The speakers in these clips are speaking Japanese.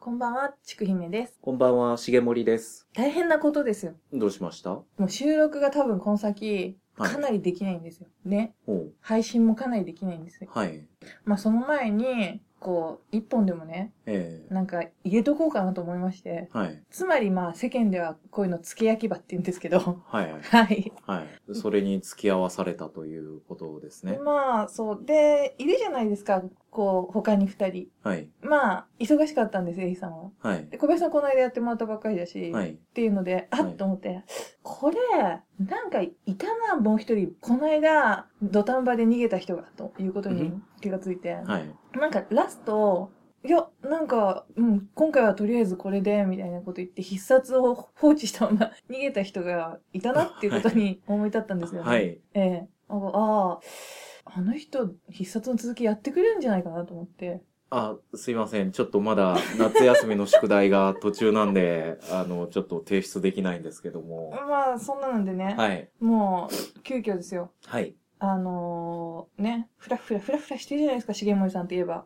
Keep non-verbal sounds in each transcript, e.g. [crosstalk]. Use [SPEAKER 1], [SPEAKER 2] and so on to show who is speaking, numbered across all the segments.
[SPEAKER 1] こんばんは、ちくひめです。
[SPEAKER 2] こんばんは、しげもりです。
[SPEAKER 1] 大変なことですよ。
[SPEAKER 2] どうしました
[SPEAKER 1] もう収録が多分この先、
[SPEAKER 2] はい
[SPEAKER 1] かなりできないんですよ。ね。
[SPEAKER 2] おう
[SPEAKER 1] 配信もかなりできないんですよ。
[SPEAKER 2] はい。
[SPEAKER 1] まあその前に、こう、一本でもね、
[SPEAKER 2] ええ
[SPEAKER 1] なんか入れとこうかなと思いまして。
[SPEAKER 2] はい。
[SPEAKER 1] つまりまあ世間ではこういうの付け焼き場って言うんですけど。 [laughs]
[SPEAKER 2] はい。
[SPEAKER 1] はい。
[SPEAKER 2] はい。それに付き合わされたということですね。
[SPEAKER 1] まあそう。で、いるじゃないですか。こう、他に二人。
[SPEAKER 2] はい。
[SPEAKER 1] まあ、忙しかったんです、エイさんは。
[SPEAKER 2] はい
[SPEAKER 1] で。小林さんこの間やってもらったばっかりだし。
[SPEAKER 2] はい。
[SPEAKER 1] っていうので、あ
[SPEAKER 2] は
[SPEAKER 1] っ
[SPEAKER 2] い
[SPEAKER 1] と思って、これ、なんかいたな、もう一人、この間、土壇場で逃げた人が、ということ
[SPEAKER 2] う
[SPEAKER 1] に
[SPEAKER 2] ん
[SPEAKER 1] 気がついて、
[SPEAKER 2] はい。
[SPEAKER 1] なんかラスト、いや、なんか、うん、今回はとりあえずこれで、みたいなこと言って、必殺を放置したまま逃げた人がいたなっていうことに思い立ったんですよね。
[SPEAKER 2] はい。
[SPEAKER 1] ええあああ、あの人、必殺の続きやってくれるんじゃないかなと思って。
[SPEAKER 2] あ、すいません。ちょっとまだ夏休みの宿題が途中なんで、あの、ちょっと提出できないんですけども。
[SPEAKER 1] まあ、そんなのでね、
[SPEAKER 2] はい。
[SPEAKER 1] もう、急遽ですよ。
[SPEAKER 2] はい。
[SPEAKER 1] あのー、ね、ふらふらふらふらしてるじゃないですか、重森さんといえば。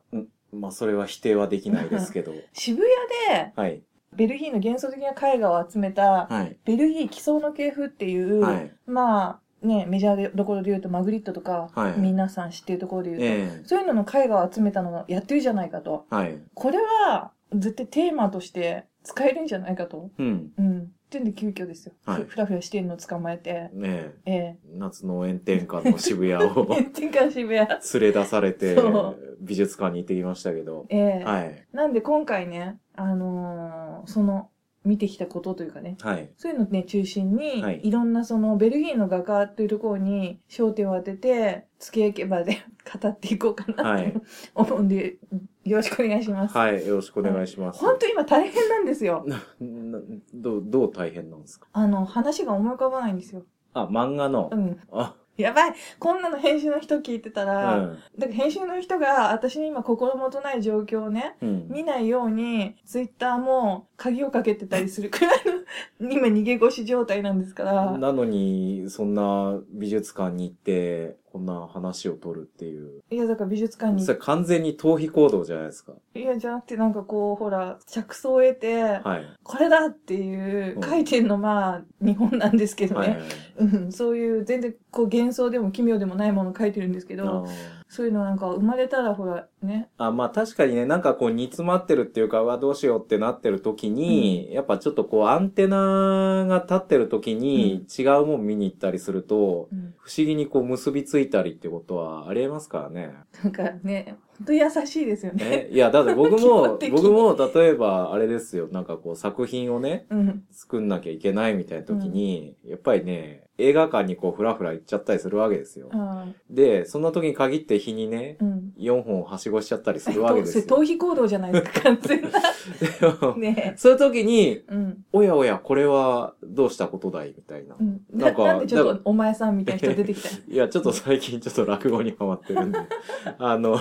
[SPEAKER 2] まあ、それは否定はできないです [laughs] けど。
[SPEAKER 1] 渋谷で、
[SPEAKER 2] はい。
[SPEAKER 1] ベルギーの幻想的な絵画を集めた、
[SPEAKER 2] はい。
[SPEAKER 1] ベルギー奇想の系譜っていう、
[SPEAKER 2] はい。
[SPEAKER 1] まあ、ね、メジャーどころで言うとマグリットとか、
[SPEAKER 2] はい
[SPEAKER 1] 皆さん知ってるところで言うと、
[SPEAKER 2] ええ
[SPEAKER 1] そういうのの絵画を集めたのがやってるじゃないかと。
[SPEAKER 2] はい。
[SPEAKER 1] これは、絶対テーマとして使えるんじゃないかと。
[SPEAKER 2] うん。
[SPEAKER 1] うん。ってんで急遽ですよ。
[SPEAKER 2] はい
[SPEAKER 1] ふふらふらしてるのを捕まえて、
[SPEAKER 2] ねえ。
[SPEAKER 1] ええ
[SPEAKER 2] 夏の炎天下の渋谷
[SPEAKER 1] [laughs]
[SPEAKER 2] を。
[SPEAKER 1] 炎天下渋谷。
[SPEAKER 2] 連れ出されて
[SPEAKER 1] そう
[SPEAKER 2] 美術館に行ってきましたけど、
[SPEAKER 1] ええ
[SPEAKER 2] はい、
[SPEAKER 1] なんで今回ね、あのーその、見てきたことというかね、
[SPEAKER 2] はい、
[SPEAKER 1] そういうのね、中心に、
[SPEAKER 2] はい
[SPEAKER 1] い、ろんなそのベルギーの画家というところに焦点を当てて、付け焼けばで [laughs] 語っていこうかな [laughs]
[SPEAKER 2] は
[SPEAKER 1] と
[SPEAKER 2] い
[SPEAKER 1] 思うんで、よろしくお願いします。
[SPEAKER 2] はい、よろしくお願いします。
[SPEAKER 1] 本当今大変なんですよ。
[SPEAKER 2] などう、どう大変なんですか
[SPEAKER 1] あの、話が思い浮かばないんですよ。
[SPEAKER 2] あ、漫画の
[SPEAKER 1] う。ん。
[SPEAKER 2] あ、
[SPEAKER 1] やばいこんなの編集の人聞いてた
[SPEAKER 2] う
[SPEAKER 1] ら、
[SPEAKER 2] ん。
[SPEAKER 1] だから編集の人が私に今心もとない状況をね、
[SPEAKER 2] うん。
[SPEAKER 1] 見ないように、ツイッターも鍵をかけてたりするく [laughs] らいの、今逃げ腰状態なんですから。
[SPEAKER 2] なのに、そんな美術館に行って、こんな話を取るっていう。
[SPEAKER 1] いや、だから美術館に
[SPEAKER 2] それ完全に逃避行動じゃないですか。
[SPEAKER 1] いや、じゃなくてなんかこう、ほら、着想を得て、
[SPEAKER 2] はい。
[SPEAKER 1] これだっていう
[SPEAKER 2] うん、
[SPEAKER 1] 書いてんのまあ、日本なんですけど
[SPEAKER 2] はい
[SPEAKER 1] ね。。うん、そういう、全然こう、幻想でも奇妙でもないもの書いてるんですけ
[SPEAKER 2] あ
[SPEAKER 1] ど、
[SPEAKER 2] ー
[SPEAKER 1] そういうのなんか生まれたらほら、ね。
[SPEAKER 2] あ、まあ確かにね、なんかこう煮詰まってるっていうか、うわ、どうしようってなってる時に、やっぱちょっとこうアンテナが立ってる時に、違うもん見に行ったりすると、
[SPEAKER 1] うん
[SPEAKER 2] 不思議にこう結びついたりってことはありえますから [laughs] ね。
[SPEAKER 1] なんかね、本当に優しいですよね。
[SPEAKER 2] え、いや、だって僕
[SPEAKER 1] 基本
[SPEAKER 2] も
[SPEAKER 1] 的、に
[SPEAKER 2] 僕も例えばあれですよ、なんかこう作品をね、
[SPEAKER 1] うん。
[SPEAKER 2] 作んなきゃいけないみたいな時に、やっぱりね、映画館にこうフラフラ行っちゃったりするわけですよ。
[SPEAKER 1] あ
[SPEAKER 2] で、そんな時に限って日にね
[SPEAKER 1] ー、うん。
[SPEAKER 2] 4本はしごしちゃったりす
[SPEAKER 1] それ
[SPEAKER 2] るわけですよ。
[SPEAKER 1] 逃避行動じゃないですか、完全
[SPEAKER 2] [laughs]
[SPEAKER 1] な。ね
[SPEAKER 2] そういう時に、
[SPEAKER 1] うん。
[SPEAKER 2] おやおや、これはどうしたことだいみたいな。
[SPEAKER 1] うん。
[SPEAKER 2] なんか
[SPEAKER 1] なんでちょ
[SPEAKER 2] だ
[SPEAKER 1] っと
[SPEAKER 2] か
[SPEAKER 1] お前さんみたいな人出てきた。
[SPEAKER 2] [laughs] いや、ちょっと最近ちょっと落語にハマってる
[SPEAKER 1] [laughs]
[SPEAKER 2] んで。あの、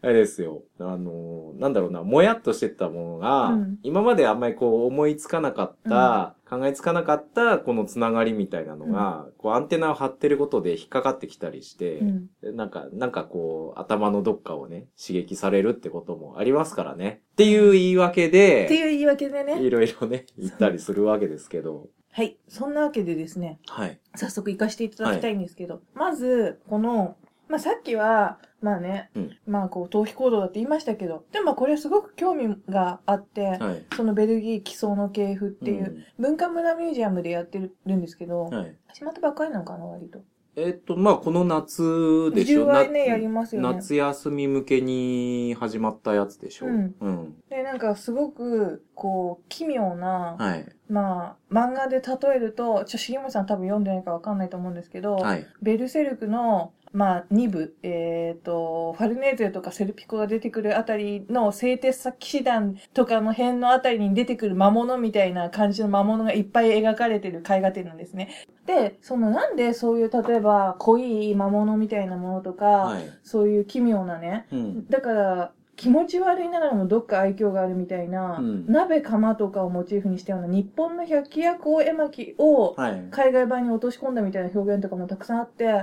[SPEAKER 2] あれですよ。あの、なんだろうな、もやっとしてたものが、
[SPEAKER 1] うん
[SPEAKER 2] 今まであんまりこう思いつかなかった、考えつかなかったこのつながりみたいなのが、こうアンテナを張ってることで引っかかってきたりして、
[SPEAKER 1] うん。
[SPEAKER 2] なんか、なんかこう、頭のどっかをね、刺激されるってこともありますからね。っていう言い訳で、
[SPEAKER 1] っていう言い訳でね。
[SPEAKER 2] いろいろね、行ったりするわけですけど。
[SPEAKER 1] はい。そんなわけでですね。
[SPEAKER 2] はい。
[SPEAKER 1] 早速行かせていただきたいんですけど、まず、この、まあ、さっきは、まあね、
[SPEAKER 2] うん
[SPEAKER 1] まあ、こう、逃避行動だって言いましたけど、でもまあ、これはすごく興味があって、
[SPEAKER 2] はい。
[SPEAKER 1] そのベルギー奇想の系譜っていう、文化村ミュージアムでやってるんですけど、
[SPEAKER 2] うんはい。
[SPEAKER 1] 始まったばっかりなのかな、割と。
[SPEAKER 2] えっと、まあ、この夏でし
[SPEAKER 1] 10
[SPEAKER 2] ょ。
[SPEAKER 1] 割ね、
[SPEAKER 2] 夏
[SPEAKER 1] やりますよね。
[SPEAKER 2] 夏休み向けに始まったやつでしょ。
[SPEAKER 1] うん
[SPEAKER 2] うん。
[SPEAKER 1] で、なんか、すごく、こう、奇妙な、
[SPEAKER 2] はい。
[SPEAKER 1] まあ、漫画で例えると、ちょ、しげもさん多分読んでないかわかんないと思うんですけど、
[SPEAKER 2] はい。
[SPEAKER 1] ベルセルクの、まあ、2部、えっ、と、ファルネーゼとかセルピコが出てくるあたりの聖鉄作騎士団とかの辺のあたりに出てくる魔物みたいな感じの魔物がいっぱい描かれてる絵画展なんですね。で、そのなんでそういう、例えば、濃い魔物みたいなものとか、
[SPEAKER 2] はい。
[SPEAKER 1] そういう奇妙なね、
[SPEAKER 2] うん。
[SPEAKER 1] だから、気持ち悪いながらもどっか愛嬌があるみたいな、
[SPEAKER 2] うん
[SPEAKER 1] 鍋釜とかをモチーフにしたような日本の百鬼夜行絵巻を
[SPEAKER 2] はい。
[SPEAKER 1] 海外版に落とし込んだみたいな表現とかもたくさんあって、な
[SPEAKER 2] な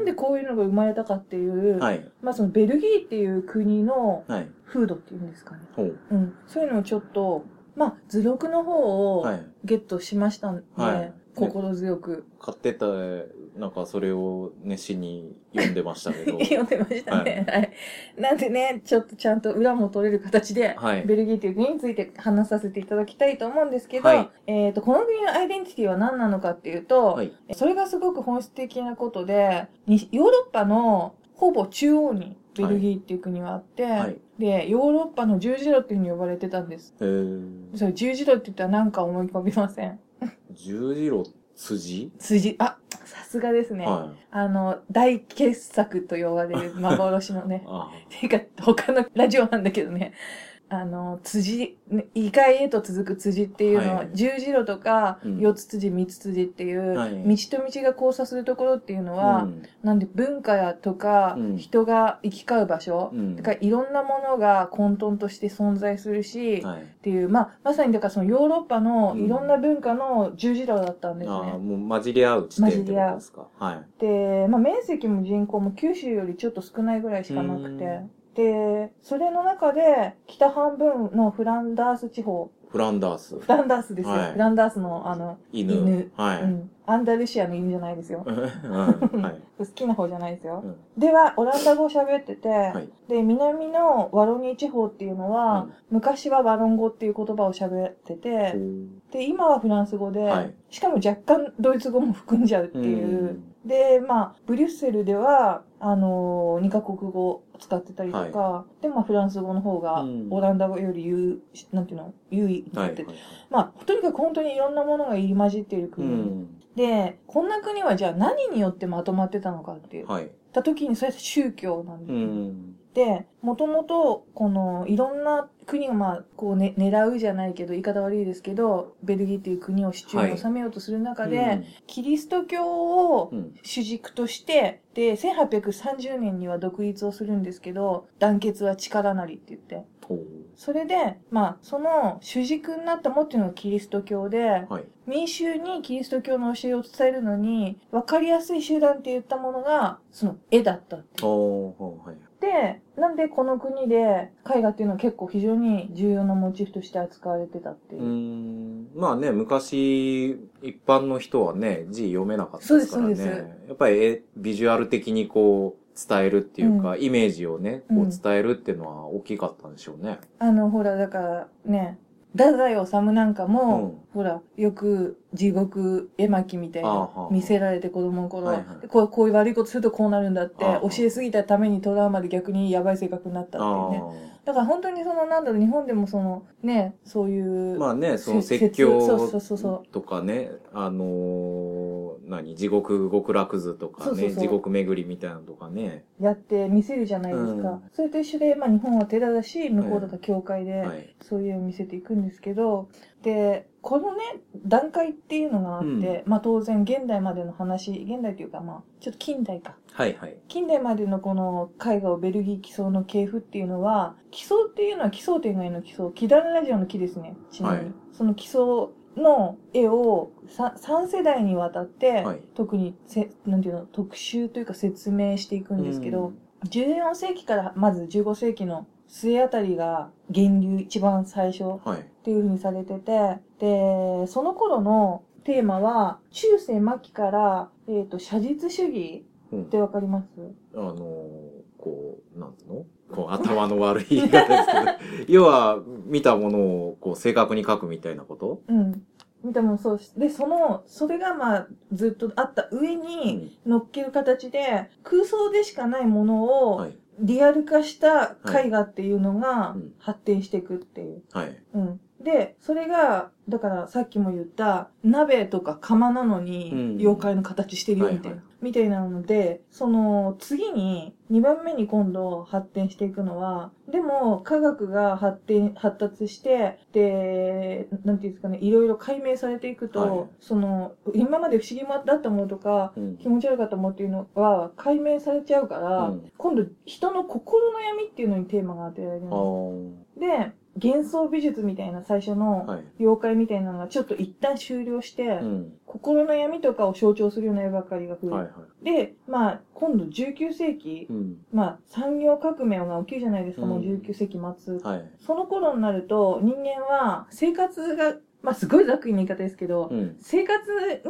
[SPEAKER 1] んでこういうのが生まれたかっていう、
[SPEAKER 2] はい。
[SPEAKER 1] まあそのベルギーっていう国の
[SPEAKER 2] はい。
[SPEAKER 1] 風土っていうんですかね。
[SPEAKER 2] ほう。
[SPEAKER 1] うん。そういうのをちょっと、まあ図録の方を
[SPEAKER 2] はい。
[SPEAKER 1] ゲットしましたんで、
[SPEAKER 2] はい
[SPEAKER 1] 心強く
[SPEAKER 2] 買ってた、なんかそれを熱心に読んでましたけ
[SPEAKER 1] [laughs]
[SPEAKER 2] ど。
[SPEAKER 1] 読んでましたね。はい。なんでね、ちょっとちゃんと裏も取れる形で、
[SPEAKER 2] はい
[SPEAKER 1] ベルギーという国について話させていただきたいと思うんですけど、
[SPEAKER 2] はい
[SPEAKER 1] えっ、と、この国のアイデンティティは何なのかっていうと、
[SPEAKER 2] はい。
[SPEAKER 1] それがすごく本質的なことで、にヨーロッパのほぼ中央にベルギーっていう国はあって、
[SPEAKER 2] はい。
[SPEAKER 1] で、ヨーロッパの十字路っていうふうに呼ばれてたんです。
[SPEAKER 2] えー、
[SPEAKER 1] そう、十字路って言ったらなんか思い浮かびません。
[SPEAKER 2] 十字路辻
[SPEAKER 1] 辻、あ、さすがですね。
[SPEAKER 2] はい。。
[SPEAKER 1] あの、大傑作と呼ばれる幻のね
[SPEAKER 2] あ
[SPEAKER 1] ていうか、他のラジオなんだけどね。あの、辻、ね異界へと続く辻っていうの
[SPEAKER 2] は、
[SPEAKER 1] はい十字路とか
[SPEAKER 2] うん、
[SPEAKER 1] 四つ辻、三つ辻っていう、
[SPEAKER 2] はい
[SPEAKER 1] 道と道が交差するところっていうの
[SPEAKER 2] あ。
[SPEAKER 1] は
[SPEAKER 2] う、ん
[SPEAKER 1] なんで文化やとか、
[SPEAKER 2] うん
[SPEAKER 1] 人が行き交う場所、
[SPEAKER 2] うん
[SPEAKER 1] だからいろんなものが混沌として存在するし、
[SPEAKER 2] はい。
[SPEAKER 1] っていう、まあ、まさにだからそのヨーロッパの
[SPEAKER 2] うん
[SPEAKER 1] いろんな文化の十字路だったんですね。
[SPEAKER 2] ああ、もう混じり合う地点ってことですか。はい。
[SPEAKER 1] で、まあ、面積も人口も九州よりちょっと少ないぐらいしかなくて、
[SPEAKER 2] うん
[SPEAKER 1] で、それの中で北半分のフランダース地方、
[SPEAKER 2] フランダース。
[SPEAKER 1] フランダースですよ。
[SPEAKER 2] はい
[SPEAKER 1] フランダースのあの、
[SPEAKER 2] 犬。
[SPEAKER 1] 犬
[SPEAKER 2] はい。
[SPEAKER 1] うん、アンダルシアの犬じゃないですよ。
[SPEAKER 2] うん [laughs] はい。
[SPEAKER 1] 好きな方じゃないですよ
[SPEAKER 2] う。ん
[SPEAKER 1] では、オランダ語を喋ってて、
[SPEAKER 2] はい。
[SPEAKER 1] で、南のワロニー地方っていうのは、
[SPEAKER 2] うん
[SPEAKER 1] 昔はワロン語っていう言葉を喋ってて、で、今はフランス語で、
[SPEAKER 2] はい
[SPEAKER 1] しかも若干ドイツ語も含んじゃうっていう。で、まあ、ブリュッセルでは、あのー、2カ国語を使ってたりとか、で、まあ、フランス語の方が
[SPEAKER 2] うん、
[SPEAKER 1] オランダ語より優、なんていうの優位に
[SPEAKER 2] は。
[SPEAKER 1] ないってて、
[SPEAKER 2] はい
[SPEAKER 1] まあ、とにかく本当にいろんなものが入り混じっている
[SPEAKER 2] う
[SPEAKER 1] 国。
[SPEAKER 2] ん。
[SPEAKER 1] で、こんな国はじゃあ何によってまとまってたのかって言っ
[SPEAKER 2] はい。
[SPEAKER 1] た時に、それは宗教なんで
[SPEAKER 2] う
[SPEAKER 1] すね。
[SPEAKER 2] ん。
[SPEAKER 1] で、もともと、この、いろんな国が、まあ、こうね、狙うじゃないけど、言い方悪いですけど、ベルギーっていう国を手中に収めようとする中で、キリスト教を
[SPEAKER 2] うん、うん。
[SPEAKER 1] 主軸として、で、1830年には独立をするんですけど、団結は力なりって言って。
[SPEAKER 2] ほ
[SPEAKER 1] それで、まあ、その主軸になったもっていうのがキリスト教で
[SPEAKER 2] う、はい。
[SPEAKER 1] 民衆にキリスト教の教えを伝えるのに、わかりやすい手段って言ったものが、その絵だったって言っ
[SPEAKER 2] おーほうはい。
[SPEAKER 1] て、なんでこの国で絵画っていうのは結構非常に重要なモチーフとして扱われてたっていうう。
[SPEAKER 2] ーんまあね、昔、一般の人はね、字読めなかったですから
[SPEAKER 1] そうですそう
[SPEAKER 2] ね。やっぱり絵、ビジュアル的にこう、伝えるっていうか、
[SPEAKER 1] う
[SPEAKER 2] イメージをね、
[SPEAKER 1] う
[SPEAKER 2] こうん伝えるっていうのは大きかったんでしょうね。
[SPEAKER 1] あの、ほら、だからね、太宰治なんかも、ほら、よく地獄絵巻みたい
[SPEAKER 2] あーは
[SPEAKER 1] な
[SPEAKER 2] ーはー
[SPEAKER 1] 見せられて子供の頃、
[SPEAKER 2] はいはい
[SPEAKER 1] でこうこういう悪いことするとこうなるんだって
[SPEAKER 2] あーはー
[SPEAKER 1] 教えすぎたためにトラウマで逆にやばい性格になったっていうね。だから本当にその、なんだろう、日本でもその、ね、そうい
[SPEAKER 2] あー
[SPEAKER 1] う、
[SPEAKER 2] まあね、その
[SPEAKER 1] せ
[SPEAKER 2] 説教
[SPEAKER 1] 説そうそうそうそ
[SPEAKER 2] とかね、あのー何、地獄極楽図とか
[SPEAKER 1] そうそう
[SPEAKER 2] ね、
[SPEAKER 1] そう
[SPEAKER 2] 地獄巡りみたいなのとかね。
[SPEAKER 1] やって見せるじゃないですか。
[SPEAKER 2] うん
[SPEAKER 1] それと一緒で、まあ日本は寺だし、向こうだから教会で、
[SPEAKER 2] はい。
[SPEAKER 1] そういうのを見せていくんですけど、で、このね、段階っていうのがあって、
[SPEAKER 2] うん
[SPEAKER 1] まあ当然現代までの話、現代というかまあ、ちょっと近代か。
[SPEAKER 2] はいはい。
[SPEAKER 1] 近代までのこの絵画をベルギー寄贈の系譜っていうのは、寄贈っていうのは奇想天外の寄贈、奇談ラジオの木ですね、ちなみに。
[SPEAKER 2] はい
[SPEAKER 1] その寄贈の絵を 3, 世代にわたって、
[SPEAKER 2] はい
[SPEAKER 1] 特にせ、なんていうの、特集というか説明していくんですけど、
[SPEAKER 2] うん
[SPEAKER 1] 14世紀からまず15世紀の末あたりが源流一番最初
[SPEAKER 2] はい。
[SPEAKER 1] っていう風にされてて、で、その頃のテーマは、中世末期から、えっ、と、写実主義
[SPEAKER 2] うん
[SPEAKER 1] ってわかります
[SPEAKER 2] あのーこう、なんていうのこう、頭の悪い言い方です
[SPEAKER 1] [laughs]
[SPEAKER 2] けど、要は、見たものを、こう、正確に書くみたいなこと
[SPEAKER 1] うん。見たもそうし、で、その、それがまあ、ずっとあった上に、乗っける形で、空想でしかないもの
[SPEAKER 2] は
[SPEAKER 1] を、
[SPEAKER 2] い。
[SPEAKER 1] リアル化した絵画っていうのが
[SPEAKER 2] うん、
[SPEAKER 1] 発展していくっていう。
[SPEAKER 2] はい。
[SPEAKER 1] うん。で、それが、だからさっきも言った、鍋とか釜なの
[SPEAKER 2] う
[SPEAKER 1] に
[SPEAKER 2] ん、
[SPEAKER 1] 妖怪の形してるよみたいな、
[SPEAKER 2] はいはい
[SPEAKER 1] みたいなので、その次に、2番目に今度発展していくのは、でも科学が発展、発達して、で、なんていうんですかね、いろいろ解明されていくと、
[SPEAKER 2] はい
[SPEAKER 1] その、今まで不思議だったものとか、
[SPEAKER 2] うん
[SPEAKER 1] 気持ち悪かったものっていうのは解明されちゃうから、
[SPEAKER 2] うん
[SPEAKER 1] 今度人の心の闇っていうのにテーマが当てられるん
[SPEAKER 2] あ
[SPEAKER 1] です
[SPEAKER 2] ー
[SPEAKER 1] で、幻想美術みたいな最初の
[SPEAKER 2] はい。
[SPEAKER 1] 妖怪みたいなのがちょっと一旦終了して、
[SPEAKER 2] うん。
[SPEAKER 1] 心の闇とかを象徴するような絵ばかりが増える。
[SPEAKER 2] はいはい。
[SPEAKER 1] で、まあ、今度19世紀、
[SPEAKER 2] うん。
[SPEAKER 1] まあ、産業革命が起きるじゃないですか、
[SPEAKER 2] うん
[SPEAKER 1] もう19世紀末。
[SPEAKER 2] はい。
[SPEAKER 1] その頃になると、人間は生活が、まあ、すごいざっくりな言い方ですけど、
[SPEAKER 2] うん。
[SPEAKER 1] 生活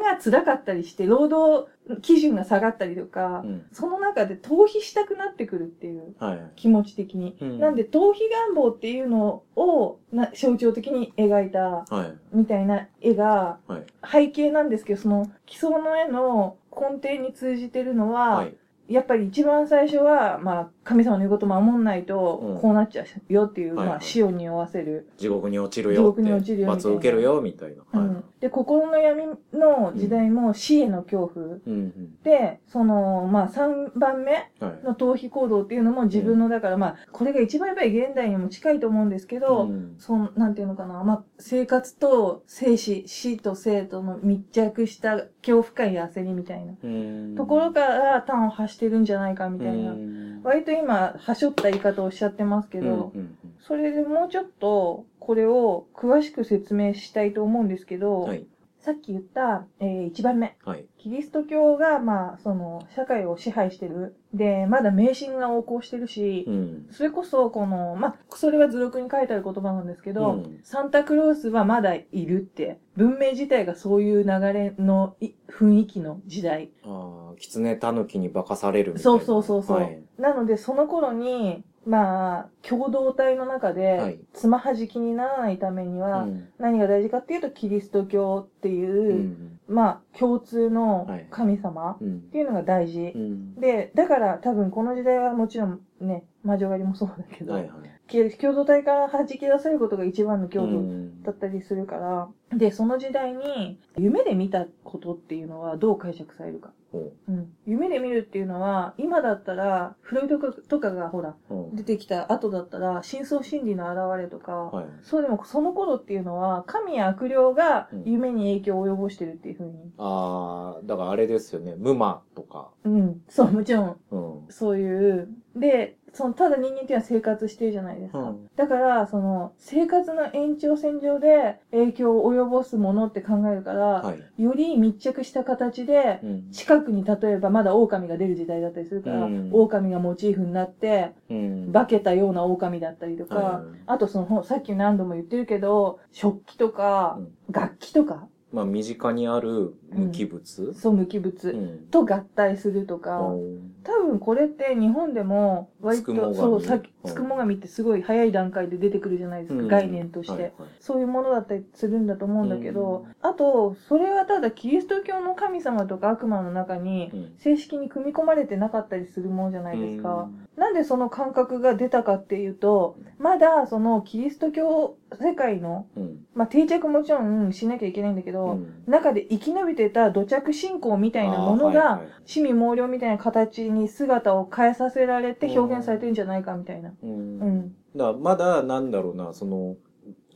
[SPEAKER 1] が辛かったりして、労働基準が下がったりとか、
[SPEAKER 2] うん。
[SPEAKER 1] その中で逃避したくなってくるっていう、
[SPEAKER 2] はい。
[SPEAKER 1] 気持ち的に。
[SPEAKER 2] うん
[SPEAKER 1] なんで、逃避願望っていうのをな象徴的に描いた
[SPEAKER 2] はい。
[SPEAKER 1] みたいな絵が
[SPEAKER 2] はい。
[SPEAKER 1] 背景なんですけど、その基礎の絵の根底に通じてるのは、
[SPEAKER 2] はい。
[SPEAKER 1] やっぱり一番最初は、まあ、神様の言うこと守んない
[SPEAKER 2] うん
[SPEAKER 1] と、こうなっちゃうよっていう、
[SPEAKER 2] はいは
[SPEAKER 1] ま
[SPEAKER 2] い
[SPEAKER 1] あ、死を匂わせる。
[SPEAKER 2] 地獄に落ちる
[SPEAKER 1] 地
[SPEAKER 2] よって。
[SPEAKER 1] 獄に落ちるよみたいな
[SPEAKER 2] 罰を受けるよ、みたいな。
[SPEAKER 1] う
[SPEAKER 2] はい。
[SPEAKER 1] んで、心の闇の時代も死への恐怖。
[SPEAKER 2] うん。
[SPEAKER 1] で、その、まあ、3番目
[SPEAKER 2] うんはい。
[SPEAKER 1] の逃避行動っていうのも自分の、だから、まあ、これが一番やっぱり現代にも近いと思うんですけど、
[SPEAKER 2] うん
[SPEAKER 1] そん、なんていうのかな。まあ、生活と生死、死と生との密着した恐怖感や焦りみたいな
[SPEAKER 2] うん
[SPEAKER 1] ところから端を発してるんじゃないかみたいな。
[SPEAKER 2] うん
[SPEAKER 1] 割と今、はしょった言い方をおっしゃってますけど、
[SPEAKER 2] うんうんうん
[SPEAKER 1] それでもうちょっとこれを詳しく説明したいと思うんですけど、
[SPEAKER 2] はい。
[SPEAKER 1] さっき言った、えー、1番目。
[SPEAKER 2] はい。
[SPEAKER 1] キリスト教が、まあ、その、社会を支配してる。で、まだ迷信が横行してるし、
[SPEAKER 2] うん。
[SPEAKER 1] それこそ、この、まあ、それは図録に書いてある言葉なんですけど、
[SPEAKER 2] うん
[SPEAKER 1] サンタクロースはまだいるって、文明自体がそういう流れのい雰囲気の時代。
[SPEAKER 2] ああ、狐狸に化かされるみたいな。
[SPEAKER 1] そうそうそうそう。
[SPEAKER 2] はい。
[SPEAKER 1] なので、その頃に、まあ、共同体の中
[SPEAKER 2] は
[SPEAKER 1] で
[SPEAKER 2] い、
[SPEAKER 1] つまはじきにならないためには、
[SPEAKER 2] うん
[SPEAKER 1] 何が大事かっていうと、キリスト教って
[SPEAKER 2] う
[SPEAKER 1] いう、
[SPEAKER 2] ん
[SPEAKER 1] まあ、共通の
[SPEAKER 2] はい
[SPEAKER 1] 神様っ
[SPEAKER 2] うん
[SPEAKER 1] ていうのが大事。
[SPEAKER 2] うん
[SPEAKER 1] で、だから多分この時代はもちろんね、魔女狩りもそうだけど、
[SPEAKER 2] はいはい。
[SPEAKER 1] け共同体から弾き出されることが一番の恐怖
[SPEAKER 2] うん
[SPEAKER 1] だったりするから、で、その時代に夢で見たことっていうのはどう解釈されるか。
[SPEAKER 2] ほ
[SPEAKER 1] うん、夢で見るっていうのは、今だったら、フロイトとかがほら、
[SPEAKER 2] ううん
[SPEAKER 1] 出てきた後だったら、真相心理の現れとか、
[SPEAKER 2] はい。
[SPEAKER 1] そうでもその頃っていうのは、神や悪霊が夢に影響を及ぼしてるっていうふうに。
[SPEAKER 2] ああ、だからあれですよね。ムマとか。
[SPEAKER 1] うん。そう、もちろん、
[SPEAKER 2] うん。
[SPEAKER 1] そういう。で、その、ただ人間っていうのは生活してるじゃないですか。
[SPEAKER 2] うん
[SPEAKER 1] だから、その、生活の延長線上で影響を及ぼすものって考えるから、
[SPEAKER 2] はい。
[SPEAKER 1] より密着した形で、
[SPEAKER 2] うん
[SPEAKER 1] 近くに例えばまだ狼が出る時代だったりするから、
[SPEAKER 2] うん
[SPEAKER 1] 狼がモチーフになって、
[SPEAKER 2] うん
[SPEAKER 1] 化けたような狼だったりとか、
[SPEAKER 2] はい
[SPEAKER 1] あとその、さっき何度も言ってるけど、食器とか、
[SPEAKER 2] うん
[SPEAKER 1] 楽器とか、
[SPEAKER 2] まあ、身近にある無機物。
[SPEAKER 1] そう無機物、
[SPEAKER 2] うん
[SPEAKER 1] と合体するとか、
[SPEAKER 2] うん
[SPEAKER 1] 多分これって日本でも割
[SPEAKER 2] つくも
[SPEAKER 1] と
[SPEAKER 2] 神
[SPEAKER 1] そうさっき
[SPEAKER 2] うん
[SPEAKER 1] つくも神ってすごい早い段階で出てくるじゃないですか、
[SPEAKER 2] うん
[SPEAKER 1] 概念として、
[SPEAKER 2] はいはい
[SPEAKER 1] そういうものだったりするんだと思うんだけど、あとそれはただキリスト教の神様とか悪魔の中に
[SPEAKER 2] うん
[SPEAKER 1] 正式に組み込まれてなかったりするものじゃないですか、なんでその感覚が出たかっていうとまだそのキリスト教世界の、
[SPEAKER 2] うん
[SPEAKER 1] まあ、定着もちろんしなきゃいけないんだけど、
[SPEAKER 2] うん
[SPEAKER 1] 中で生き延びてた土着信仰みたいなもの
[SPEAKER 2] あー
[SPEAKER 1] が
[SPEAKER 2] はいはい
[SPEAKER 1] 市民毛量みたいな形に姿を変えさせられて
[SPEAKER 2] うん
[SPEAKER 1] 表現されてるんじゃないかみたいな。
[SPEAKER 2] う。
[SPEAKER 1] うんん。
[SPEAKER 2] だからまだ、なんだろうな、その、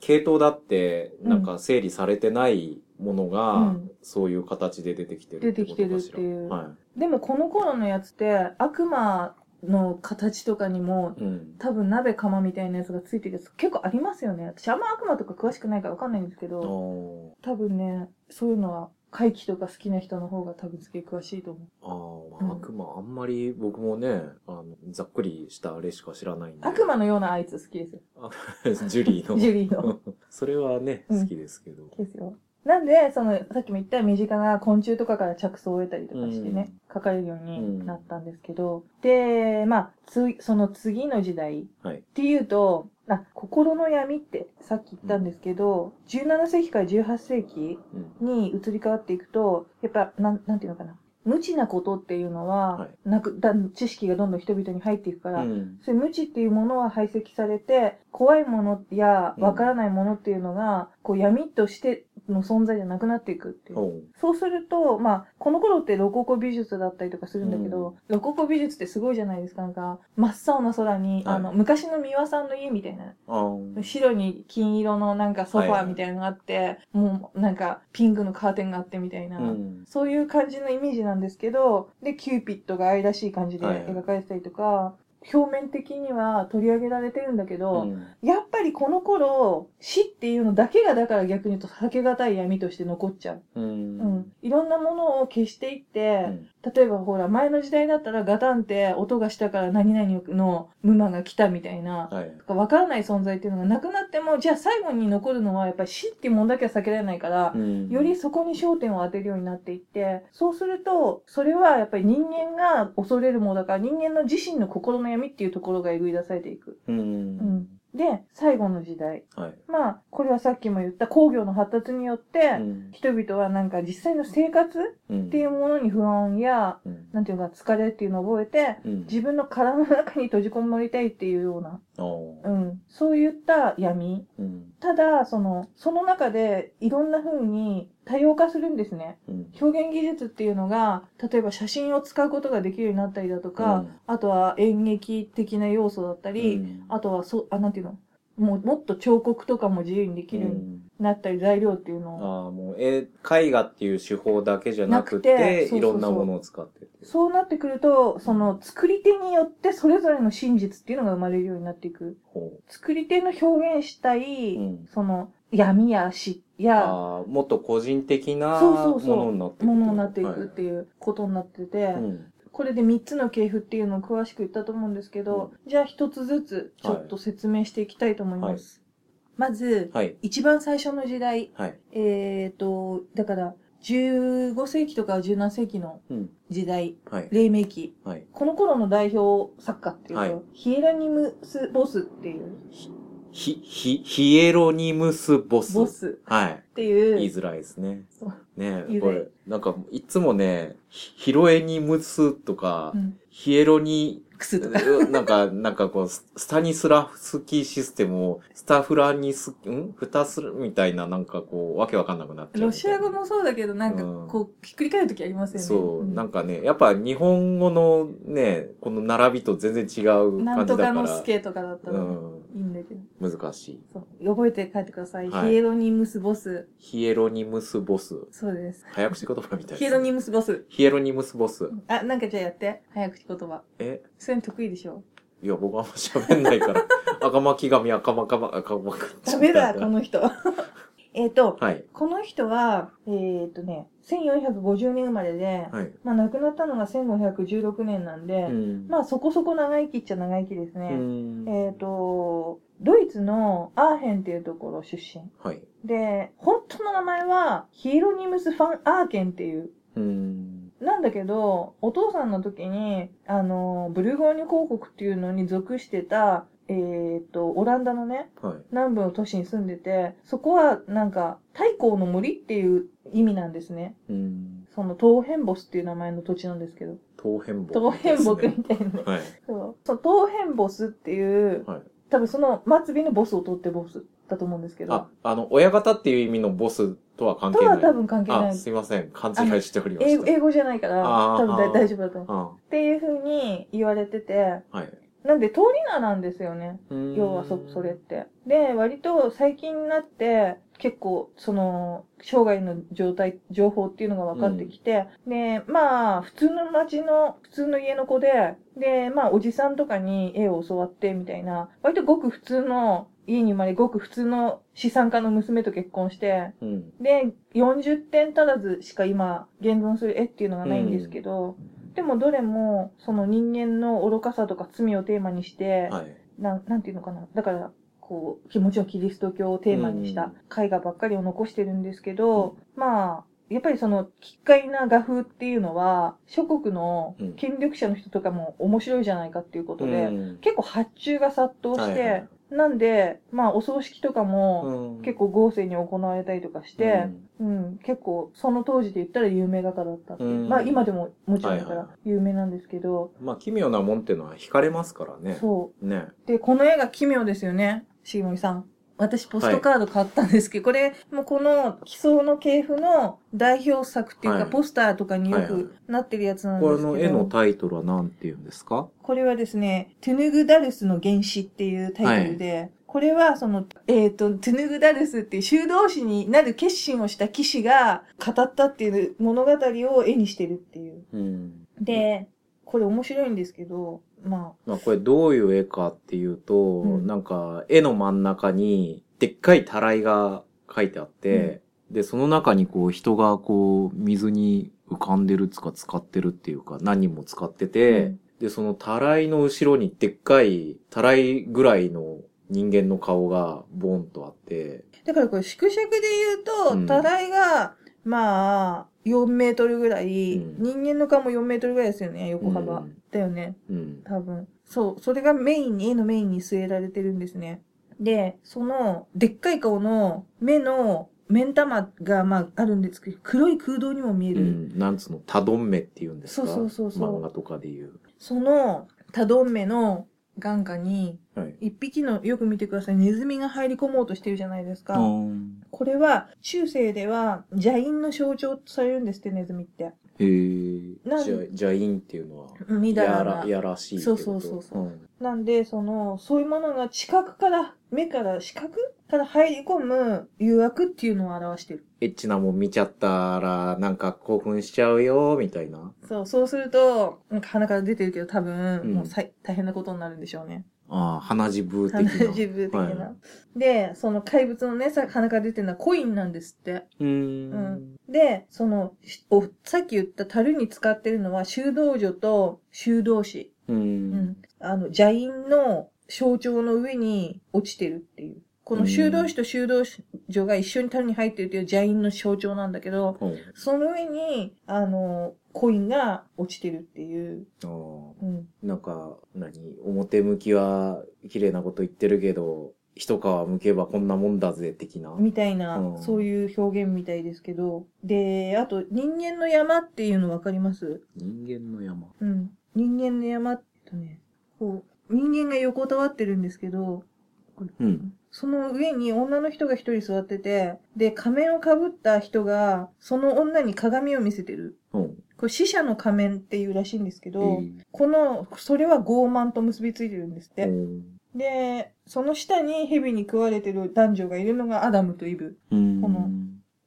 [SPEAKER 2] 系統だって、なんか整理されてないものが、
[SPEAKER 1] うん
[SPEAKER 2] そういう形で出てきてるってことかし
[SPEAKER 1] 出てきてるって
[SPEAKER 2] ら。
[SPEAKER 1] いう
[SPEAKER 2] は
[SPEAKER 1] でもこの頃のやつって悪魔の形とかにも
[SPEAKER 2] い。うん。
[SPEAKER 1] 多分鍋釜みたいなやつがついてるやつ結構ありますよね。私あんま悪魔とか詳しくないからわかんないんですけ
[SPEAKER 2] あ
[SPEAKER 1] ど、
[SPEAKER 2] ー
[SPEAKER 1] 多分ね、そういうのは回帰とか好きな人の方が多分すげえ詳しいと思う。
[SPEAKER 2] あー、
[SPEAKER 1] うん
[SPEAKER 2] 悪魔、あんまり僕もね、あの、ざっくりしたあれしか知らないんで。
[SPEAKER 1] 悪魔のようなあいつ好きですよ。
[SPEAKER 2] ジュリーの。
[SPEAKER 1] ジュリーの。
[SPEAKER 2] それはね、
[SPEAKER 1] うん
[SPEAKER 2] 好きですけど。
[SPEAKER 1] ですよ。なんで、その、さっきも言った身近な昆虫とかから着想を得たりとかしてね、書かれるようになったんですけど、で、まあ、つ、その次の時代っ
[SPEAKER 2] はい。
[SPEAKER 1] ていうと、あ、心の闇ってさっき言ったんですけど、17世紀から18世紀
[SPEAKER 2] うん。
[SPEAKER 1] に移り変わっていくと、やっぱ、なん、なんていうのかな。無知なことっていうの
[SPEAKER 2] は、
[SPEAKER 1] はいなく、だ知識がどんどん人々に入っていくから、
[SPEAKER 2] うん
[SPEAKER 1] そういう無知っていうものは排斥されて、怖いものや
[SPEAKER 2] うん
[SPEAKER 1] わからないものっていうのが、こう闇としての存在じゃなくなっていくっていう。
[SPEAKER 2] ほう
[SPEAKER 1] そうすると、まあ、この頃ってロココ美術だったりとかするんだけど、ロココ美術ってすごいじゃないですか。なんか、真っ青な空に、
[SPEAKER 2] はい
[SPEAKER 1] あの、昔の三輪さんの家みたいな、
[SPEAKER 2] あー
[SPEAKER 1] 白に金色のなんかソフ
[SPEAKER 2] はい
[SPEAKER 1] ァ
[SPEAKER 2] は
[SPEAKER 1] ー
[SPEAKER 2] い
[SPEAKER 1] みたいなのがあって、もうなんかピンクのカーテンがあってみたいな、
[SPEAKER 2] うん
[SPEAKER 1] そういう感じのイメージなんですけど、で、キューピッドが愛らしい感じで
[SPEAKER 2] はいはい
[SPEAKER 1] 描かれてたりとか、表面的には取り上げられてるんだけ
[SPEAKER 2] う
[SPEAKER 1] ど、
[SPEAKER 2] ん
[SPEAKER 1] やっぱりこの頃、死っていうのだけがだから逆に言うと避けがたい闇として残っちゃう。う
[SPEAKER 2] う
[SPEAKER 1] んん。いろんなものを消していって、
[SPEAKER 2] うん
[SPEAKER 1] 例えばほら、前の時代だったらガタンって音がしたから何々のムマが来たみたいな、
[SPEAKER 2] はい
[SPEAKER 1] とか分からない存在っていうのがなくなっても、じゃあ最後に残るのはやっぱり死っていうもんだけは避けられないから、
[SPEAKER 2] うん
[SPEAKER 1] よりそこに焦点を当てるようになっていって、そうすると、それはやっぱり人間が恐れるものだから、人間の自身の心の闇っていうところがえぐい出されていく。う
[SPEAKER 2] う
[SPEAKER 1] んん。で、最後の時代。
[SPEAKER 2] はい
[SPEAKER 1] まあ、これはさっきも言った工業の発達によって、
[SPEAKER 2] うん
[SPEAKER 1] 人々はなんか実際の生活っていうものに不安や、
[SPEAKER 2] うん
[SPEAKER 1] なんていうか疲れっていうのを覚えて、
[SPEAKER 2] うん
[SPEAKER 1] 自分の殻の中に閉じこもりたいっていうような、
[SPEAKER 2] あー
[SPEAKER 1] うん、そういった闇。
[SPEAKER 2] うん
[SPEAKER 1] ただ、その、その中でいろんな風に多様化するんですね。
[SPEAKER 2] うん
[SPEAKER 1] 表現技術っていうのが、例えば写真を使うことができるようになったりだとか、あとは演劇的な要素だったり、
[SPEAKER 2] うん
[SPEAKER 1] あとはそ、あ、なんていうのもうもっと彫刻とかも自由にできるよう
[SPEAKER 2] う
[SPEAKER 1] に
[SPEAKER 2] ん
[SPEAKER 1] なったり、材料っていうのを
[SPEAKER 2] ああ、もう、絵、絵画っていう手法だけじゃなく
[SPEAKER 1] なくてそ
[SPEAKER 2] て、
[SPEAKER 1] うそうそう
[SPEAKER 2] いろんなものを使ってて。
[SPEAKER 1] そうなってくると、その作り手によってそれぞれの真実っていうのが生まれるようになっていく。
[SPEAKER 2] ほ
[SPEAKER 1] 作り手の表現したい、
[SPEAKER 2] うん
[SPEAKER 1] その闇や死
[SPEAKER 2] う
[SPEAKER 1] や
[SPEAKER 2] ああ、もっと個人的な
[SPEAKER 1] そう
[SPEAKER 2] も
[SPEAKER 1] そうそう
[SPEAKER 2] のになっていく。
[SPEAKER 1] ものになっていくっていうことになってて、
[SPEAKER 2] はいうん
[SPEAKER 1] これで3つの系譜っていうのを詳しく言ったと思うんですけど、じゃあ1つずつちょっと説明していきたいと思います。まず、
[SPEAKER 2] はい。
[SPEAKER 1] 一番最初の時代、
[SPEAKER 2] はい。
[SPEAKER 1] えっ、と、だから15世紀とか17世紀の
[SPEAKER 2] うん。
[SPEAKER 1] 時代、
[SPEAKER 2] はい。
[SPEAKER 1] 黎明期
[SPEAKER 2] はい。
[SPEAKER 1] この頃の代表作家っていうと、
[SPEAKER 2] はい
[SPEAKER 1] ヒエラニムス・ボスっていう、
[SPEAKER 2] ひ、ひ、ヒエロニムス・ボス。
[SPEAKER 1] ボス
[SPEAKER 2] はい。
[SPEAKER 1] って
[SPEAKER 2] 言い
[SPEAKER 1] いう、
[SPEAKER 2] づらいですね
[SPEAKER 1] そう。
[SPEAKER 2] ね
[SPEAKER 1] 言いづらい
[SPEAKER 2] これ、なんか、いつもね、ヒヒロエニムスとか、
[SPEAKER 1] うん、
[SPEAKER 2] ヒエロニ、
[SPEAKER 1] クスとか、
[SPEAKER 2] なんか、なんかこう、ススタニスラフスキーシステムを、スタフラニス、んふたするみたいな、なんかこう、わけわかんなくなっちゃう
[SPEAKER 1] ロシア語もそうだけど、なんか
[SPEAKER 2] うん
[SPEAKER 1] こう、ひっくり返るときありますよね。
[SPEAKER 2] そう、
[SPEAKER 1] ん
[SPEAKER 2] なんかね、やっぱ日本語のね、この並びと全然違う
[SPEAKER 1] なん
[SPEAKER 2] 感
[SPEAKER 1] と
[SPEAKER 2] じだ
[SPEAKER 1] か
[SPEAKER 2] から。
[SPEAKER 1] のスケとかだった
[SPEAKER 2] う
[SPEAKER 1] ら、
[SPEAKER 2] ん、
[SPEAKER 1] いいんだけど。
[SPEAKER 2] 難しい。
[SPEAKER 1] そう覚えて帰ってください。
[SPEAKER 2] はい
[SPEAKER 1] ヒエロニムス・ボス。
[SPEAKER 2] ヒエロニムスボス。
[SPEAKER 1] そうです。
[SPEAKER 2] 早口言葉みたいです
[SPEAKER 1] ヒエロニムス・ボス。
[SPEAKER 2] ヒエロニムスボス。
[SPEAKER 1] あ、なんかじゃあやって。早口言葉。
[SPEAKER 2] え
[SPEAKER 1] そういうの得意でしょ
[SPEAKER 2] いや、僕あんま喋んな
[SPEAKER 1] [laughs]
[SPEAKER 2] いから。赤巻紙、赤巻紙、赤巻紙。
[SPEAKER 1] ダメだ、この人。 [laughs] えっと、
[SPEAKER 2] はい。
[SPEAKER 1] この人は、えっとね、1450年生まれで、
[SPEAKER 2] はい。
[SPEAKER 1] まあ亡くなったのが1516年なんで、
[SPEAKER 2] うん
[SPEAKER 1] まあそこそこ長生きっちゃ長生きです
[SPEAKER 2] う
[SPEAKER 1] ね。
[SPEAKER 2] ん
[SPEAKER 1] えっ、と、ドイツのアーヘンっていうところ出身。
[SPEAKER 2] はい。
[SPEAKER 1] で、本当の名前はヒエロニムス・ファン・アーケンっていう。
[SPEAKER 2] うん。
[SPEAKER 1] なんだけど、お父さんの時に、あの、ブルゴーニュ公国っていうのに属してた、えっ、と、オランダのね、
[SPEAKER 2] はい。
[SPEAKER 1] 南部の都市に住んでて、そこはなんか、太閤の森っていう意味なんですね。
[SPEAKER 2] うん。
[SPEAKER 1] その、東変ボスっていう名前の土地なんですけど。
[SPEAKER 2] 東変木。
[SPEAKER 1] 東変木みたいなね。
[SPEAKER 2] はい。
[SPEAKER 1] そう。その東変ボスっていう、
[SPEAKER 2] はい。
[SPEAKER 1] 多分その末尾のボスを取ってボスだと思うんですけ
[SPEAKER 2] あ
[SPEAKER 1] ど、、
[SPEAKER 2] あの、親方っていう意味のボスとは関
[SPEAKER 1] と
[SPEAKER 2] 係な。
[SPEAKER 1] はい多分関係な
[SPEAKER 2] あ、
[SPEAKER 1] い。
[SPEAKER 2] すいません。勘違いしておりま
[SPEAKER 1] 英
[SPEAKER 2] し
[SPEAKER 1] 語
[SPEAKER 2] た。
[SPEAKER 1] 英語じゃないから、
[SPEAKER 2] あー
[SPEAKER 1] 多分
[SPEAKER 2] あ
[SPEAKER 1] だ
[SPEAKER 2] ー
[SPEAKER 1] 大丈夫だと思う。
[SPEAKER 2] あ
[SPEAKER 1] っていうふうに言われてて、
[SPEAKER 2] はい。
[SPEAKER 1] なんで通り名なんですよね。要はそ、それって。で、割と最近になって、結構、その、生涯の状態、情報っていうのが分かってきて、で、まあ、普通の町の、普通の家の子で、で、まあ、おじさんとかに絵を教わって、みたいな、割とごく普通の、家に生まれ、ごく普通の資産家の娘と結婚して、
[SPEAKER 2] うん。
[SPEAKER 1] で、40点足らずしか今、現存する絵っていうのがないんですけど、でもどれも、その人間の愚かさとか罪をテーマにして、
[SPEAKER 2] はい。
[SPEAKER 1] なん、なんていうのかな。だから、こう、もちろんキリスト教をテーマにした絵画ばっかりを残してるんですけど、まあ、やっぱりその、奇怪な画風っていうのは、諸国の
[SPEAKER 2] うん
[SPEAKER 1] 権力者の人とかも面白いじゃないかっていうことで、
[SPEAKER 2] うん
[SPEAKER 1] 結構発注が殺到して、
[SPEAKER 2] はいはい
[SPEAKER 1] なんで、まあ、お葬式とかも、
[SPEAKER 2] うん
[SPEAKER 1] 結構豪勢に行われたりとかして、うん、結構、その当時で言ったら有名画家だったっていう。
[SPEAKER 2] うん
[SPEAKER 1] まあ、今でももちろんだか
[SPEAKER 2] はい
[SPEAKER 1] ら
[SPEAKER 2] は
[SPEAKER 1] 有名なんですけど、
[SPEAKER 2] うんまあ奇妙なもんってのは惹かれますからね
[SPEAKER 1] そ
[SPEAKER 2] ね
[SPEAKER 1] う。で、この絵が奇妙ですよね、しげみさん。私、ポストカード買ったんですけど、これ、もうこの、奇想の系譜の代表作っていうか、
[SPEAKER 2] はい
[SPEAKER 1] ポスターとかによ
[SPEAKER 2] はいはい
[SPEAKER 1] くなってるやつなんです
[SPEAKER 2] こ
[SPEAKER 1] け
[SPEAKER 2] れ
[SPEAKER 1] ど、
[SPEAKER 2] の絵のタイトルは何て言うんですか
[SPEAKER 1] これはですね、トゥヌグダルスの原子っていうタイトルで、これはその、えっ、と、トゥヌグダルスっていう修道士になる決心をした騎士が語ったっていう物語を絵にしてるっていう。
[SPEAKER 2] うん
[SPEAKER 1] で、これ面白いんですけど、ま
[SPEAKER 2] まあこれどういう絵かっていうと、
[SPEAKER 1] ん
[SPEAKER 2] なんか絵の真ん中にでっかいたらいが書いてあって、で、その中にこう人がこう水に浮かんでるっつうか使ってるっていうか何人も使ってて、
[SPEAKER 1] うん
[SPEAKER 2] で、そのたらいの後ろにでっかいたらいぐらいの人間の顔がボンとあって、
[SPEAKER 1] あ、だからこれ縮尺で言うと、
[SPEAKER 2] うん
[SPEAKER 1] たらいが、まあ、4メートルぐらい、
[SPEAKER 2] うん
[SPEAKER 1] 人間の顔も4メートルぐらいですよね、横幅。
[SPEAKER 2] うん
[SPEAKER 1] だよね。
[SPEAKER 2] うん。
[SPEAKER 1] 多分。そう。それがメインに、絵のメインに据えられてるんですね。で、その、でっかい顔の目の、目ん玉が、まあ、あるんですけど、黒い空洞にも見え
[SPEAKER 2] う
[SPEAKER 1] る。
[SPEAKER 2] ん、なんつうの、たどんめっていうんですか
[SPEAKER 1] そうそうそうそう
[SPEAKER 2] 漫画とかでいう。
[SPEAKER 1] その、多どん目の眼下に、
[SPEAKER 2] はい。
[SPEAKER 1] 一匹の、よく見てください、ネズミが入り込もうとしてるじゃないですか。
[SPEAKER 2] うん
[SPEAKER 1] これは、中世では、邪因の象徴とされるんですって、ネズミって。
[SPEAKER 2] へえ。
[SPEAKER 1] なん
[SPEAKER 2] じゃ、じゃいんっていうのは、
[SPEAKER 1] みだ
[SPEAKER 2] や
[SPEAKER 1] ら
[SPEAKER 2] ら
[SPEAKER 1] な、。
[SPEAKER 2] やらしいって
[SPEAKER 1] そう
[SPEAKER 2] こと。
[SPEAKER 1] そうそうそ
[SPEAKER 2] うん
[SPEAKER 1] なんで、その、そういうものが視覚から、目から、視覚から入り込む誘惑っていうのを表してる。
[SPEAKER 2] エッチなもん見ちゃったら、なんか興奮しちゃうよ、みたいな。
[SPEAKER 1] そう、そうすると、なんか鼻から出てるけど多分、
[SPEAKER 2] うん
[SPEAKER 1] もうさい大変なことになるんでしょうね。
[SPEAKER 2] ああ、鼻血ブー
[SPEAKER 1] 鼻
[SPEAKER 2] 的な。
[SPEAKER 1] 血部的な、
[SPEAKER 2] はい
[SPEAKER 1] で、その怪物のね、さ鼻から出てるのはコインなんですって。
[SPEAKER 2] うー。
[SPEAKER 1] うんで、その、しおさっき言った樽に使ってるのは修道女と修道士。
[SPEAKER 2] う。
[SPEAKER 1] うんん。あの、邪因の象徴の上に落ちてるっていう。この修道士と修道女が一緒に樽に入ってるっていう邪因の象徴なんだけど、
[SPEAKER 2] うん。
[SPEAKER 1] その上に、あの、コインが落ちてるっていう。
[SPEAKER 2] ああ。
[SPEAKER 1] うん。
[SPEAKER 2] なんか、何表向きは綺麗なこと言ってるけど、一皮むけばこんなもんだぜ、的な。
[SPEAKER 1] みたいな、
[SPEAKER 2] うん
[SPEAKER 1] そういう表現みたいですけど。で、あと、人間の山っていうのわかります
[SPEAKER 2] 人間の山。
[SPEAKER 1] うん。人間の山ってね、こう、人間が横たわってるんですけど、
[SPEAKER 2] うん。
[SPEAKER 1] その上に女の人が一人座ってて、で、仮面をかぶった人が、その女に鏡を見せてる。
[SPEAKER 2] うん。
[SPEAKER 1] これ死者の仮面っていうらしいんですけど、
[SPEAKER 2] うん
[SPEAKER 1] この、それは傲慢と結びついてるんですって。で、その下に蛇に食われてる男女がいるのがアダムとイブ。
[SPEAKER 2] うん。
[SPEAKER 1] この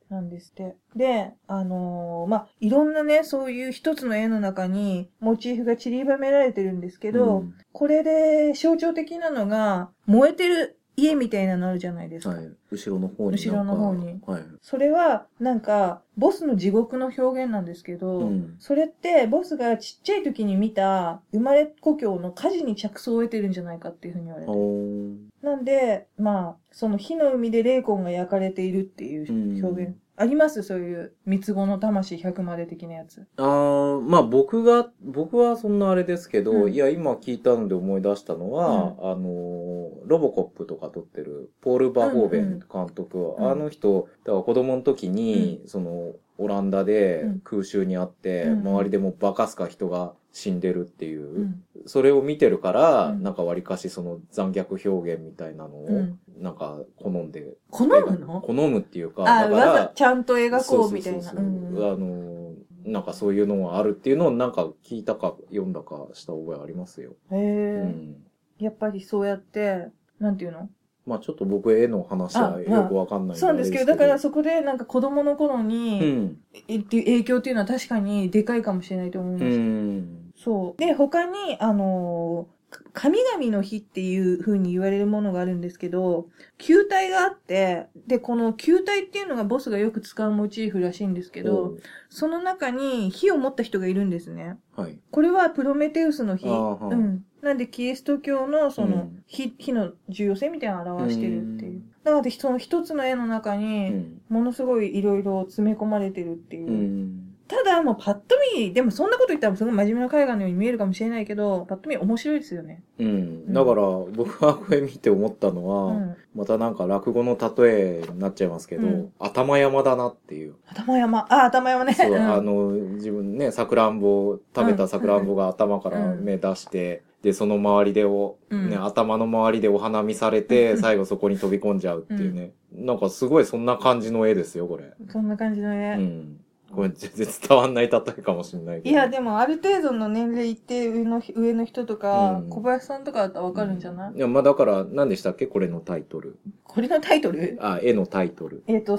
[SPEAKER 1] なんですって。で、あのーまあ、いろんなね、そういう一つの絵の中にモチーフが散りばめられてるんですけど、
[SPEAKER 2] うん
[SPEAKER 1] これで象徴的なのが、燃えてる家みたいなのあるじゃないですか。
[SPEAKER 2] はい。後ろの方になんか。
[SPEAKER 1] 後ろの方に
[SPEAKER 2] はい。
[SPEAKER 1] それは、なんか、ボスの地獄の表現なんですけど、
[SPEAKER 2] うん。
[SPEAKER 1] それって、ボスがちっちゃい時に見た、生まれ故郷の火事に着想を得てるんじゃないかっていうふうに言われてる
[SPEAKER 2] お
[SPEAKER 1] なんで、まあ、その火の海で霊魂が焼かれているっていう表現。
[SPEAKER 2] うん
[SPEAKER 1] ありますそういう三つ子の魂100まで的なやつ。
[SPEAKER 2] あーまあ僕が、僕はそんなあれですけど、
[SPEAKER 1] うん
[SPEAKER 2] いや、今聞いたので思い出したのは、あのー、ロボコップとか撮ってる、ポール・バーホーベン監督は、
[SPEAKER 1] うんうん
[SPEAKER 2] あの人、だから子供の時に、その、オランダで
[SPEAKER 1] うん
[SPEAKER 2] 空襲にあって、
[SPEAKER 1] うん
[SPEAKER 2] 周りでもうバカすか人が死んでるっていう、
[SPEAKER 1] うん。
[SPEAKER 2] それを見てるから、
[SPEAKER 1] うん
[SPEAKER 2] なんかわりかしその残虐表現みたいなのを、
[SPEAKER 1] うん
[SPEAKER 2] なんか好んで、
[SPEAKER 1] 好むの
[SPEAKER 2] 好むっていうか、
[SPEAKER 1] あ、
[SPEAKER 2] だか
[SPEAKER 1] わざ
[SPEAKER 2] ら、
[SPEAKER 1] ちゃんと描こうみたいな。
[SPEAKER 2] そううそうそうそうんあのーなんかそういうのがあるっていうのをなんか聞いたか読んだかした覚えありますよ。
[SPEAKER 1] へ
[SPEAKER 2] う
[SPEAKER 1] え。
[SPEAKER 2] ん。
[SPEAKER 1] やっぱりそうやって、なんていうの
[SPEAKER 2] まあちょっと僕絵の話はよくわかんない
[SPEAKER 1] そうなんですけど、だからそこでなんか子供の頃
[SPEAKER 2] う
[SPEAKER 1] に、
[SPEAKER 2] ん。
[SPEAKER 1] えっていう影響っていうのは確かにでかいかもしれないと思いうます。
[SPEAKER 2] ん。
[SPEAKER 1] そう。で、他に、あのーか神々の日っていう風に言われるものがあるんですけど、球体があって、で、この球体っていうのがボスがよく使うモチーフらしいんですけど、その中に火を持った人がいるんですね。
[SPEAKER 2] おはい。
[SPEAKER 1] これはプロメテウスの日。
[SPEAKER 2] あーは
[SPEAKER 1] う
[SPEAKER 2] い
[SPEAKER 1] ん。なんで、キリスト教のそうの
[SPEAKER 2] ん。
[SPEAKER 1] 火、火の重要性みたいなのを表してるっていううんなので、その一つの絵の中
[SPEAKER 2] う
[SPEAKER 1] に、
[SPEAKER 2] ん。
[SPEAKER 1] ものすごいいろいろ詰め込まれてるっていうう。
[SPEAKER 2] ん。
[SPEAKER 1] ただもうパッと見、でもそんなこと言ったらすごい真面目な絵画のように見えるかもしれないけど、パッと見面白いですよね。
[SPEAKER 2] うん。だから、僕はこれ見て思ったの
[SPEAKER 1] う
[SPEAKER 2] は、
[SPEAKER 1] ん。
[SPEAKER 2] またなんか落語の例えになっちゃいますけど、
[SPEAKER 1] うん
[SPEAKER 2] 頭山だなっていう。
[SPEAKER 1] 頭山。あ、頭山ね。
[SPEAKER 2] そう、
[SPEAKER 1] ん
[SPEAKER 2] あの、自分ね、桜んぼ、食べた桜んぼが頭から
[SPEAKER 1] うん
[SPEAKER 2] 目出して、で、その周りでお、
[SPEAKER 1] うん
[SPEAKER 2] ね、頭の周りでお花見されて、
[SPEAKER 1] うん
[SPEAKER 2] 最後そこに飛び込んじゃうっていうね。なんかすごいそんな感じの絵ですよ、これ。
[SPEAKER 1] そんな感じの
[SPEAKER 2] う
[SPEAKER 1] ね。
[SPEAKER 2] ん。これ全然伝わんない例えかもしれないけど。
[SPEAKER 1] いや、でもある程度の年齢いって上の上の人とか、
[SPEAKER 2] うん
[SPEAKER 1] 小林さんとかだったらわかるんじゃない、
[SPEAKER 2] いや、まあだから、何でしたっけこれのタイトル。
[SPEAKER 1] これのタイトル
[SPEAKER 2] あ、絵のタイトル。
[SPEAKER 1] えっ、と、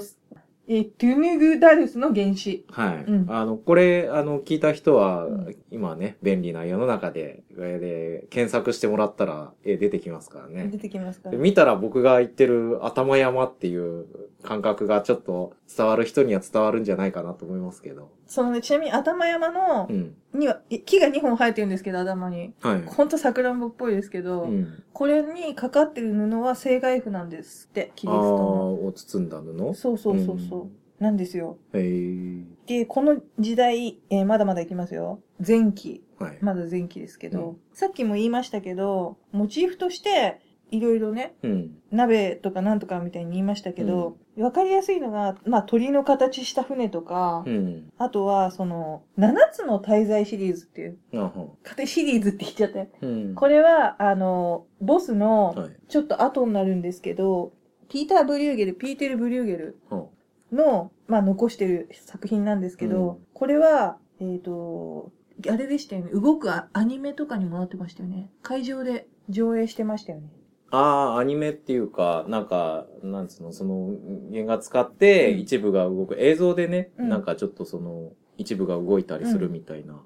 [SPEAKER 1] えートゥヌグダルスの原始。
[SPEAKER 2] はい。
[SPEAKER 1] うん
[SPEAKER 2] あの、これ、あの、聞いた人は、
[SPEAKER 1] うん
[SPEAKER 2] 今ね、便利な世の中で、えーで、検索してもらったら、絵出てきますからね
[SPEAKER 1] 出。てきますか
[SPEAKER 2] で
[SPEAKER 1] ら。
[SPEAKER 2] 見たら僕が言ってる頭山っていう感覚がちょっと伝わる人には伝わるんじゃないかなと思いますけど。
[SPEAKER 1] そのね、ちなみに頭山の
[SPEAKER 2] う、ん。
[SPEAKER 1] には、え木が2本生えてるんですけど、頭に。
[SPEAKER 2] はい。
[SPEAKER 1] ほんと桜んぼっぽいですけど、
[SPEAKER 2] うん。
[SPEAKER 1] これにかかってる布は正外布なんですって、キ
[SPEAKER 2] あ
[SPEAKER 1] リ
[SPEAKER 2] ー
[SPEAKER 1] スト
[SPEAKER 2] を包んだ布
[SPEAKER 1] の。そうそうそうそう。なんですよ。
[SPEAKER 2] うん。へ
[SPEAKER 1] で、この時代、えーまだまだいきますよ。前期。
[SPEAKER 2] え。はい。
[SPEAKER 1] まだ前期ですけど、
[SPEAKER 2] う
[SPEAKER 1] さっきも言いましたけど、モチーフとして、いろいろね、
[SPEAKER 2] うん。
[SPEAKER 1] 鍋とかなんとかみたいに言いましたけど、わ、かりやすいのが、まあ鳥の形した船とか、
[SPEAKER 2] うん。
[SPEAKER 1] あとはその、7つの滞在シリーズっていう、
[SPEAKER 2] あは。
[SPEAKER 1] 家庭シリーズって言っちゃって。
[SPEAKER 2] うん。
[SPEAKER 1] これは、あの、ボスの、
[SPEAKER 2] はい。
[SPEAKER 1] ちょっと後になるんですけど、ピーター・ブリューゲル、ピーテル・ブリューゲル
[SPEAKER 2] は
[SPEAKER 1] の、まあ、残してる作品なんですけど、
[SPEAKER 2] うん
[SPEAKER 1] これは、えっ、と、あれでしたよね。動くアアニメとかにもなってましたよね。会場で上映してましたよね。
[SPEAKER 2] ああ、アニメっていうか、なんか、なんつうの、その、原画使って
[SPEAKER 1] うん
[SPEAKER 2] 一部が動く、映像でね、
[SPEAKER 1] うん
[SPEAKER 2] なんかちょっとその、一部が動いたりするみたいな。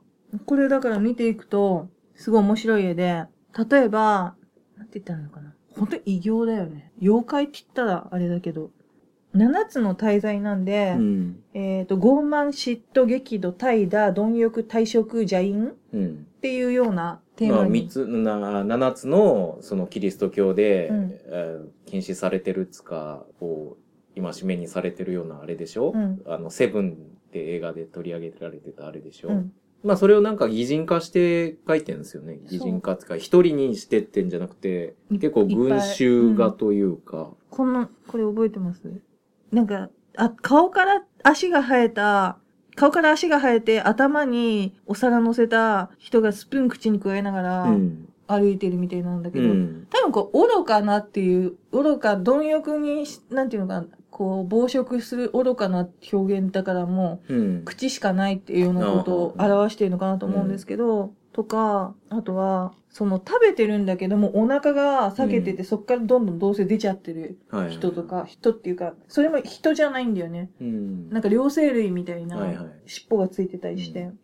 [SPEAKER 1] これだから見ていくと、すごい面白い絵で、例えば、なんて言ったらいいのかな。本当に異形だよね。妖怪って言ったらあれだけど、7つの滞在なんで、
[SPEAKER 2] うん。
[SPEAKER 1] えっ、と、傲慢、嫉妬、激怒、怠惰、貪欲、退職、邪因っ
[SPEAKER 2] うん。
[SPEAKER 1] ていうようなテー
[SPEAKER 2] ま
[SPEAKER 1] マ
[SPEAKER 2] あ、
[SPEAKER 1] に。
[SPEAKER 2] 三つ、な、七つの、そのキリスト教で、
[SPEAKER 1] うん
[SPEAKER 2] えー禁止されてるつか、こう、今しめにされてるようなあれでしょ、
[SPEAKER 1] うん
[SPEAKER 2] あの、セブンって映画で取り上げられてたあれでしょ、
[SPEAKER 1] うん。
[SPEAKER 2] まあ、それをなんか擬人化して書いてるんですよね。擬人化っていうか、一人にしてってんじゃなくて、
[SPEAKER 1] い
[SPEAKER 2] 結構群衆画というか、
[SPEAKER 1] この、これ覚えてますなんか、あ、顔から足が生えた、顔から足が生えて頭にお皿乗せた人がスプーン口に加えながら
[SPEAKER 2] うん。
[SPEAKER 1] 歩いてるみたいなんだけ
[SPEAKER 2] う
[SPEAKER 1] ど、
[SPEAKER 2] ん。
[SPEAKER 1] 多分こう、愚かなっていう、愚か、貪欲にし、なんていうのかな、こう、暴食する愚かな表現だからも
[SPEAKER 2] うん
[SPEAKER 1] う、。口しかないっていうようなことを表しているのかなと思うんですけど、とか、あとは、その食べてるんだけども、お腹が裂けてて、そっからどんどんどうせ出ちゃってる
[SPEAKER 2] はい
[SPEAKER 1] 人と。か、人っていうか、それも人じゃないんだよね。
[SPEAKER 2] うん。
[SPEAKER 1] なんか両生類みたいな
[SPEAKER 2] はいはい
[SPEAKER 1] 尻尾がついてたりして、
[SPEAKER 2] う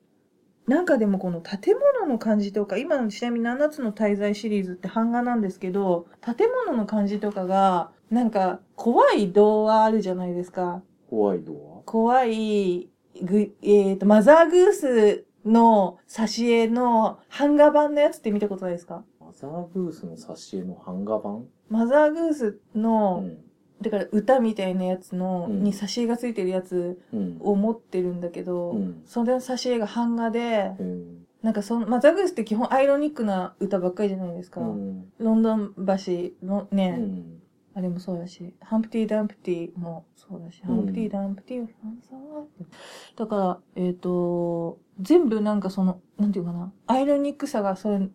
[SPEAKER 1] なんかでもこの建物の感じとか今のちなみに7つの滞在シリーズって版画なんですけど建物の感じとかがなんか怖い童話あるじゃないですか
[SPEAKER 2] 怖いの
[SPEAKER 1] 怖いぐ、えっとマザーグースの挿絵の版画版のやつって見たことないですか
[SPEAKER 2] はマザーグースの挿絵の版画版
[SPEAKER 1] マザーグース
[SPEAKER 2] う
[SPEAKER 1] の、
[SPEAKER 2] ん。
[SPEAKER 1] だから歌みたいなやつの、
[SPEAKER 2] うん
[SPEAKER 1] に挿絵がついてるやつ
[SPEAKER 2] うん。
[SPEAKER 1] を持ってるんだけど、
[SPEAKER 2] うん
[SPEAKER 1] それの挿絵が版画で、
[SPEAKER 2] うん
[SPEAKER 1] なんかその、まあ、ザグースって基本アイロニックな歌ばっかりじゃないですか。
[SPEAKER 2] うん。
[SPEAKER 1] ロンドン橋の
[SPEAKER 2] う
[SPEAKER 1] ね、
[SPEAKER 2] ん。
[SPEAKER 1] あれもそうだし、ハンプティ・ダンプティもそうだし、
[SPEAKER 2] うん
[SPEAKER 1] ハンプティ・ダンプティをファンサーだから、えっ、と、全部なんかその、なんていうかな、アイロニックさがそれ、ん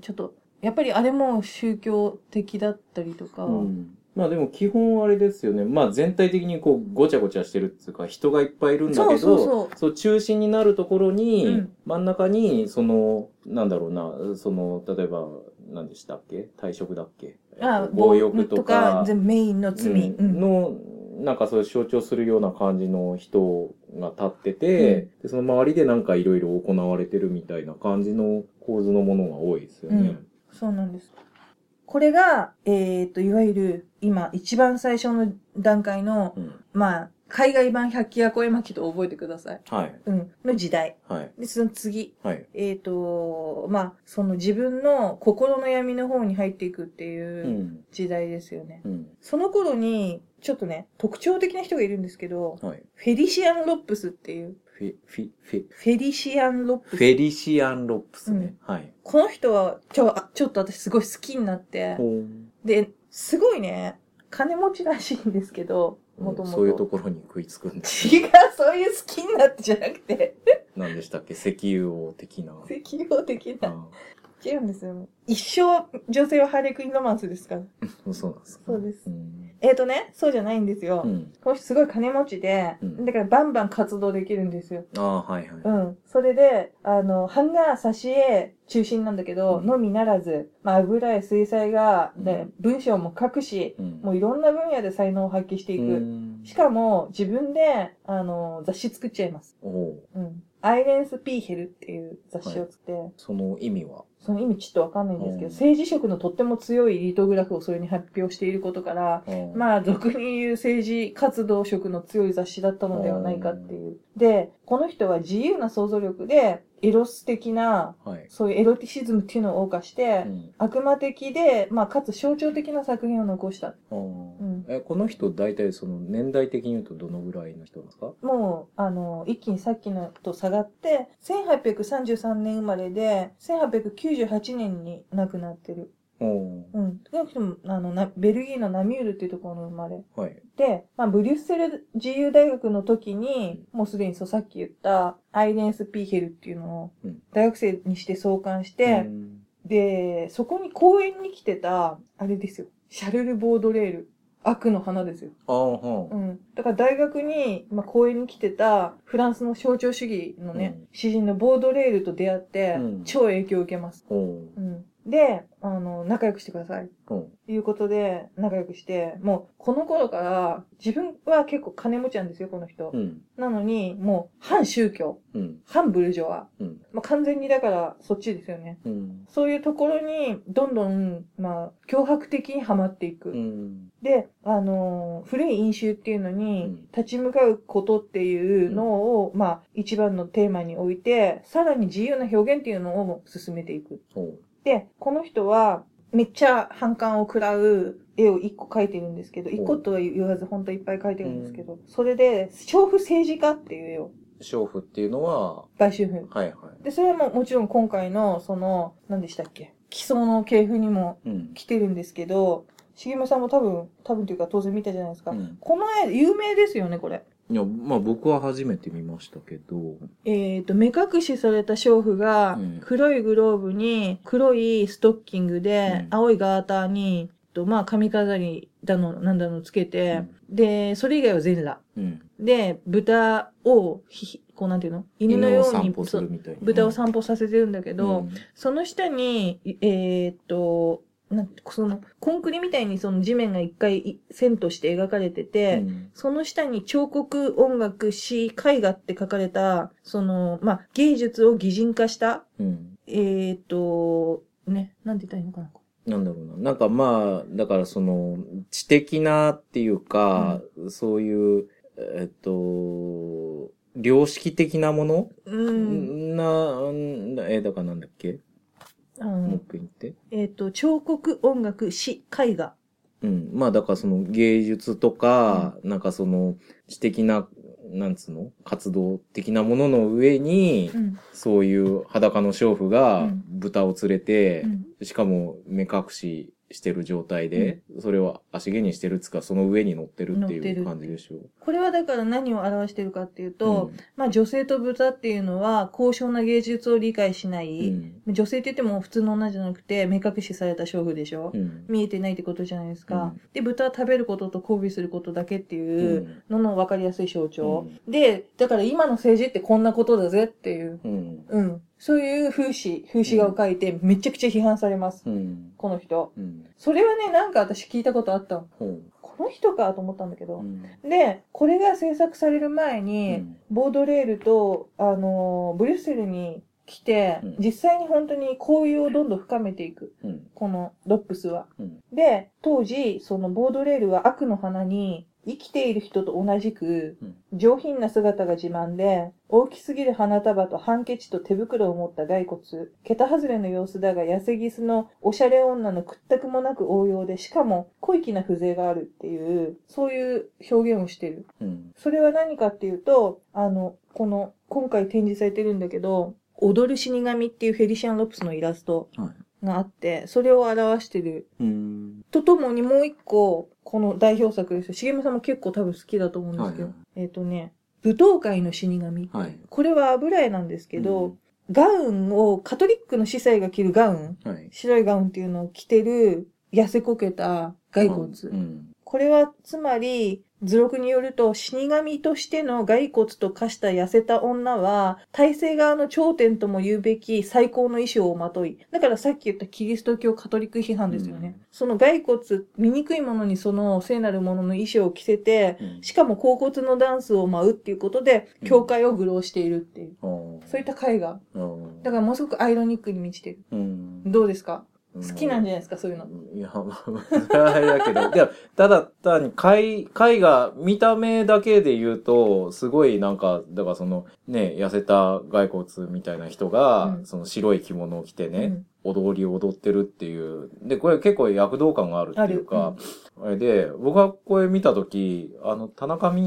[SPEAKER 1] ちょっと、やっぱりあれも宗教的だったりとか、
[SPEAKER 2] うんまあでも基本あれですよね。まあ全体的にこうごちゃごちゃしてるっていうか人がいっぱいいるんだけど、
[SPEAKER 1] そうそうそう
[SPEAKER 2] 中心になるところに、
[SPEAKER 1] うん
[SPEAKER 2] 真ん中に、その、なんだろうな、その、例えば、何でしたっけ退職だっけ
[SPEAKER 1] あ
[SPEAKER 2] 暴欲とか、
[SPEAKER 1] 全部メインの罪。
[SPEAKER 2] う
[SPEAKER 1] うん
[SPEAKER 2] んの、なんかそういう象徴するような感じの人が立ってて、でその周りでなんかいろいろ行われてるみたいな感じの構図のものが多いですよね。
[SPEAKER 1] そうなんです。これが、えっ、と、いわゆる、今、一番最初の段階の、
[SPEAKER 2] うん。
[SPEAKER 1] まあ、海外版百鬼夜行絵巻と覚えてください。
[SPEAKER 2] はい。
[SPEAKER 1] うん。の時代。
[SPEAKER 2] はい。
[SPEAKER 1] で、その次。
[SPEAKER 2] はい。
[SPEAKER 1] えっ、と、まあ、その自分の心の闇の方に入っていくって
[SPEAKER 2] う。
[SPEAKER 1] いうん時代ですよね。
[SPEAKER 2] うん。
[SPEAKER 1] その頃に、ちょっとね、特徴的な人がいるんですけど、
[SPEAKER 2] はい。
[SPEAKER 1] フェリシアン・ロップスっていう、
[SPEAKER 2] フェ、フィ、フェ、
[SPEAKER 1] フェリシアン・ロップ
[SPEAKER 2] フ
[SPEAKER 1] ス。
[SPEAKER 2] ェリシアン・ロップスね。はい。
[SPEAKER 1] この人はちょ、あちょっと私すごい好きになって、
[SPEAKER 2] ほーん
[SPEAKER 1] で、すごいね、金持ちらしいんですけど、もともと。
[SPEAKER 2] うんそういうところに食いつくんだ。
[SPEAKER 1] 違う、そういう好きになってじゃなくて、 [laughs]
[SPEAKER 2] 何でした [laughs] っけ石油王的 [laughs] な。
[SPEAKER 1] 適用的な。
[SPEAKER 2] あ
[SPEAKER 1] 違うんですよ。一生、女性はハーレクインロマンスですから。
[SPEAKER 2] ーそうなんですか。
[SPEAKER 1] そうです
[SPEAKER 2] ん。
[SPEAKER 1] えっ、ー、とね、そうじゃないんですよ。
[SPEAKER 2] うん。
[SPEAKER 1] この人すごい金持ちで、
[SPEAKER 2] うん
[SPEAKER 1] だからバンバン活動できるんですよ。。
[SPEAKER 2] ああ、はいはいう
[SPEAKER 1] ん。それで、あの、版画、挿絵中心なんだけど、
[SPEAKER 2] うん
[SPEAKER 1] のみならず、まあ、油絵、水彩画、
[SPEAKER 2] うん
[SPEAKER 1] で、文章も書くし、
[SPEAKER 2] うん
[SPEAKER 1] もういろんな分野で才能を発揮していく。
[SPEAKER 2] うん
[SPEAKER 1] しかも、自分で、あの、雑誌作っちゃいます。
[SPEAKER 2] おお
[SPEAKER 1] うん。アイレンス・ピーヘルっていう雑誌を作って、
[SPEAKER 2] ーその意味は
[SPEAKER 1] その意味ちょっとわかんないんですけど、
[SPEAKER 2] うん
[SPEAKER 1] 政治色のとっても強いリトグラフをそれに発表していることから、
[SPEAKER 2] あ
[SPEAKER 1] まあ、俗に言う政治活動色の強い雑誌だったのではないかっていう。で、この人は自由な想像力で、エロス的な、
[SPEAKER 2] ー、はい。
[SPEAKER 1] そういうエロティシズムっていうのを謳歌して、
[SPEAKER 2] うん
[SPEAKER 1] 悪魔的で、まあ、かつ象徴的な作品を残した。
[SPEAKER 2] あー
[SPEAKER 1] ん
[SPEAKER 2] えこの人大体その年代的に言うとどのぐらいの人なんですか
[SPEAKER 1] もう、あの、一気にさっきのと下がって、1833年生まれで、1898年に亡くなってる。
[SPEAKER 2] おお
[SPEAKER 1] うん。少なくとも、あの、なベルギーのナミュールっていうところの生まれ。
[SPEAKER 2] ーはい。
[SPEAKER 1] で、まあ、ブリュッセル自由大学の時に、もうすでにそうさっき言ったアイレンス・ピーヘルっていうのを
[SPEAKER 2] うん
[SPEAKER 1] 大学生にして創刊し
[SPEAKER 2] う
[SPEAKER 1] て、
[SPEAKER 2] ん
[SPEAKER 1] で、そこに公園に来てた、あれですよ、シャルル・ボードレール。悪の花ですよ。
[SPEAKER 2] ああ、は
[SPEAKER 1] う
[SPEAKER 2] あ。
[SPEAKER 1] ん。だから大学に、まあ、公園に来てた、フランスの象徴主義のね、
[SPEAKER 2] うん
[SPEAKER 1] 詩人のボードレールと出会って、
[SPEAKER 2] うん
[SPEAKER 1] 超影響を受けます。
[SPEAKER 2] おお
[SPEAKER 1] うん。で、あの、仲良くしてください。
[SPEAKER 2] ーうん
[SPEAKER 1] ということで、仲良くして、もう、この頃から、自分は結構金持ちなんですよ、この人
[SPEAKER 2] う。ん。
[SPEAKER 1] なのに、もう、反宗教、
[SPEAKER 2] うん。
[SPEAKER 1] 反ブルジョワ。
[SPEAKER 2] うん。
[SPEAKER 1] まあ、完全にだから、そっちですよね。
[SPEAKER 2] うん。
[SPEAKER 1] そういうところに、どんどん、まあ、脅迫的にはまっていく。
[SPEAKER 2] うん。
[SPEAKER 1] で、あのー古い飲酒っていうの
[SPEAKER 2] う
[SPEAKER 1] に
[SPEAKER 2] ん、
[SPEAKER 1] 立ち向かうことっていうのを、まあ、一番のテーマに置いて、さらに自由な表現っていうのを進めていく。
[SPEAKER 2] おう
[SPEAKER 1] で、この人は、めっちゃ反感を食らう絵を一個描いてるんですけど、一個とは言わず本当いっぱい描いてるんですけど、それで、娼婦政治家っていう絵を、
[SPEAKER 2] 娼婦っていうのは、
[SPEAKER 1] 売春婦。
[SPEAKER 2] はいは
[SPEAKER 1] で、それはもうもちろん今回の、その、何でしたっけ既存の系譜にも
[SPEAKER 2] い。うん。
[SPEAKER 1] 来てるんですけど、茂山さんも多分、多分というか当然見たじゃないですか。
[SPEAKER 2] うん
[SPEAKER 1] この絵、有名ですよね、これ。
[SPEAKER 2] いや、まあ僕は初めて見ましたけど、
[SPEAKER 1] えっ、と、目隠しされた娼婦が
[SPEAKER 2] うん、
[SPEAKER 1] 黒いグローブに、黒いストッキングで
[SPEAKER 2] う、ん
[SPEAKER 1] 青いガーターに、とまあ、髪飾りだの、なんだのつけて、で、それ以外は全裸。
[SPEAKER 2] うん。
[SPEAKER 1] で、豚をひひ、こうなんていうの犬の
[SPEAKER 2] 犬を
[SPEAKER 1] よう
[SPEAKER 2] 散
[SPEAKER 1] に
[SPEAKER 2] 歩するみたいな。
[SPEAKER 1] そう豚を散歩させてるんだけど、
[SPEAKER 2] うん
[SPEAKER 1] その下に、いえーっと、なんその、コンクリみたいにその地面が一回い線として描かれてて、
[SPEAKER 2] うん
[SPEAKER 1] その下に彫刻、音楽、詩、絵画って書かれた、その、まあ、芸術を擬人化した、
[SPEAKER 2] うん。
[SPEAKER 1] えーっと、ね、なんて言ったらいいのかな。
[SPEAKER 2] なんだろうな。なんかまあ、だからその、知的なっていうか、そういう、えっと、良識的なもの、
[SPEAKER 1] うん。
[SPEAKER 2] な、え、だからなんだっけ、
[SPEAKER 1] あ
[SPEAKER 2] もう
[SPEAKER 1] の
[SPEAKER 2] 一回言って。
[SPEAKER 1] えーっと、彫刻、音楽、詩、絵画。
[SPEAKER 2] うん。まあだからその芸術とか、なんかその知的な、なんつうの活動的なものの上に、
[SPEAKER 1] うん。
[SPEAKER 2] そういう裸の娼婦
[SPEAKER 1] う
[SPEAKER 2] が
[SPEAKER 1] ん
[SPEAKER 2] 豚を連れて
[SPEAKER 1] う、ん
[SPEAKER 2] しかも目隠ししてる状態で、それを足毛にしてるっつうか、その上に乗ってるって
[SPEAKER 1] 乗って
[SPEAKER 2] い
[SPEAKER 1] る
[SPEAKER 2] う感じでしょ。
[SPEAKER 1] これはだから何を表してるかっていうと、まあ女性と豚っていうのは高尚な芸術を理解しな
[SPEAKER 2] う
[SPEAKER 1] い、
[SPEAKER 2] ん、
[SPEAKER 1] 女性って言っても普通の女じゃなくて目隠しされた娼婦でしょ、
[SPEAKER 2] うん。うん。
[SPEAKER 1] 見えてないってことじゃないですか、
[SPEAKER 2] うん
[SPEAKER 1] で豚は食べることと交尾することだけって
[SPEAKER 2] う。
[SPEAKER 1] いうんのの分かりやすい象徴、でだから今の政治ってこんなことだぜっていう、
[SPEAKER 2] うん。
[SPEAKER 1] うん、そういう風刺風刺画を描いてめちゃくちゃ批判されます、
[SPEAKER 2] うん。
[SPEAKER 1] この人
[SPEAKER 2] うん。
[SPEAKER 1] それはねなんか私聞いたことあったの
[SPEAKER 2] ほう
[SPEAKER 1] この人かと思ったんだけど、
[SPEAKER 2] うん。
[SPEAKER 1] でこれが制作される前
[SPEAKER 2] う
[SPEAKER 1] に、
[SPEAKER 2] ん
[SPEAKER 1] ボードレールと、あのーブリュッセルに来て、
[SPEAKER 2] うん
[SPEAKER 1] 実際に本当に交友をどんどん深めていく。
[SPEAKER 2] うん。
[SPEAKER 1] このロップスは。
[SPEAKER 2] うん。
[SPEAKER 1] で、当時、そのボードレールは悪の花に、生きている人と同じく
[SPEAKER 2] うん、
[SPEAKER 1] 上品な姿が自慢で、大きすぎる花束とハンケチと手袋を持った骸骨、桁外れの様子だが、痩せギスのおしゃれ女の屈託もなく応用で、しかも、小粋な風情があるっていう、そういう表現をしてる。
[SPEAKER 2] うん。
[SPEAKER 1] それは何かっていうと、あの、この、今回展示されてるんだけど、踊る死神っていうフェリシアン・ロプスのイラスト
[SPEAKER 2] は
[SPEAKER 1] があって、それを表してる
[SPEAKER 2] い。うん。
[SPEAKER 1] とともにもう一個、この代表作ですよ。しげむさんも結構多分好きだと思うんですけど。
[SPEAKER 2] はいは
[SPEAKER 1] えっ、とね、舞踏会の死神。
[SPEAKER 2] はい。
[SPEAKER 1] これは油絵なんですけど、
[SPEAKER 2] うん
[SPEAKER 1] ガウンを、カトリックの司祭が着るガウン、
[SPEAKER 2] はい。
[SPEAKER 1] 白いガウンっていうのを着てる、痩せこけた骸骨。
[SPEAKER 2] うん。
[SPEAKER 1] これはつまり、図録によると、死神としての骸骨と化した痩せた女は、体制側の頂点とも言うべき最高の衣装をまとい。だからさっき言ったキリスト教カトリック批判ですよね。
[SPEAKER 2] うん
[SPEAKER 1] その骸骨、醜いものにその聖なるものの衣装を着せて、
[SPEAKER 2] うん
[SPEAKER 1] しかも甲骨のダンスを舞うっていうことで、
[SPEAKER 2] うん
[SPEAKER 1] 教会を愚弄しているっていう。
[SPEAKER 2] あー
[SPEAKER 1] そういった絵画。
[SPEAKER 2] あー
[SPEAKER 1] だからものすごくアイロニックに満ちてる。
[SPEAKER 2] うん
[SPEAKER 1] どうですか
[SPEAKER 2] 好
[SPEAKER 1] 好きなんじゃないですか、そういうの。
[SPEAKER 2] いや、まあ、それはあれだけど、 [laughs] でもただ単に絵絵画、見た目だけで言うと、すごいなんか、だからその、ね、痩せた骸骨みたいな人が、
[SPEAKER 1] うん
[SPEAKER 2] その白い着物を着てね、踊りを踊ってるっていう。で、これ結構躍動感があるっていうか、あれで、僕はこれ見たとき、あの、田中泯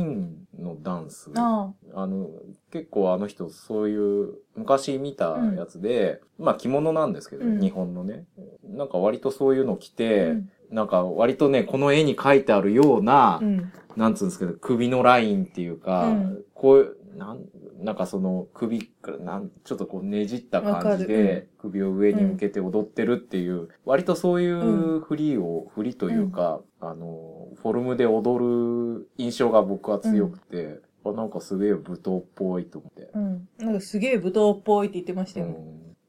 [SPEAKER 2] のダンス
[SPEAKER 1] うん。、あ
[SPEAKER 2] あの、結構あの人、そういう、昔見たやつで、まあ着物なんですけど、
[SPEAKER 1] うん
[SPEAKER 2] 日本のね。なんか割とそういうの着
[SPEAKER 1] あ。
[SPEAKER 2] て、
[SPEAKER 1] うん
[SPEAKER 2] なんか割とね、この絵に描いてあるような、
[SPEAKER 1] うん。
[SPEAKER 2] なんつうんですけど、首のラインっていうか、
[SPEAKER 1] うん
[SPEAKER 2] こういう、なん、なんかその首から、なん、ちょっとこうねじった感じ
[SPEAKER 1] わか
[SPEAKER 2] で、首を上に向けて踊ってるっていう、割とそういうう振りを、振りというか、あの、フォルムで踊る印象が僕は強くて、あなんかすげえ舞踏っぽいと思って、
[SPEAKER 1] うん。なんかすげえ舞踏っぽいって言ってました
[SPEAKER 2] う
[SPEAKER 1] よね。
[SPEAKER 2] ん、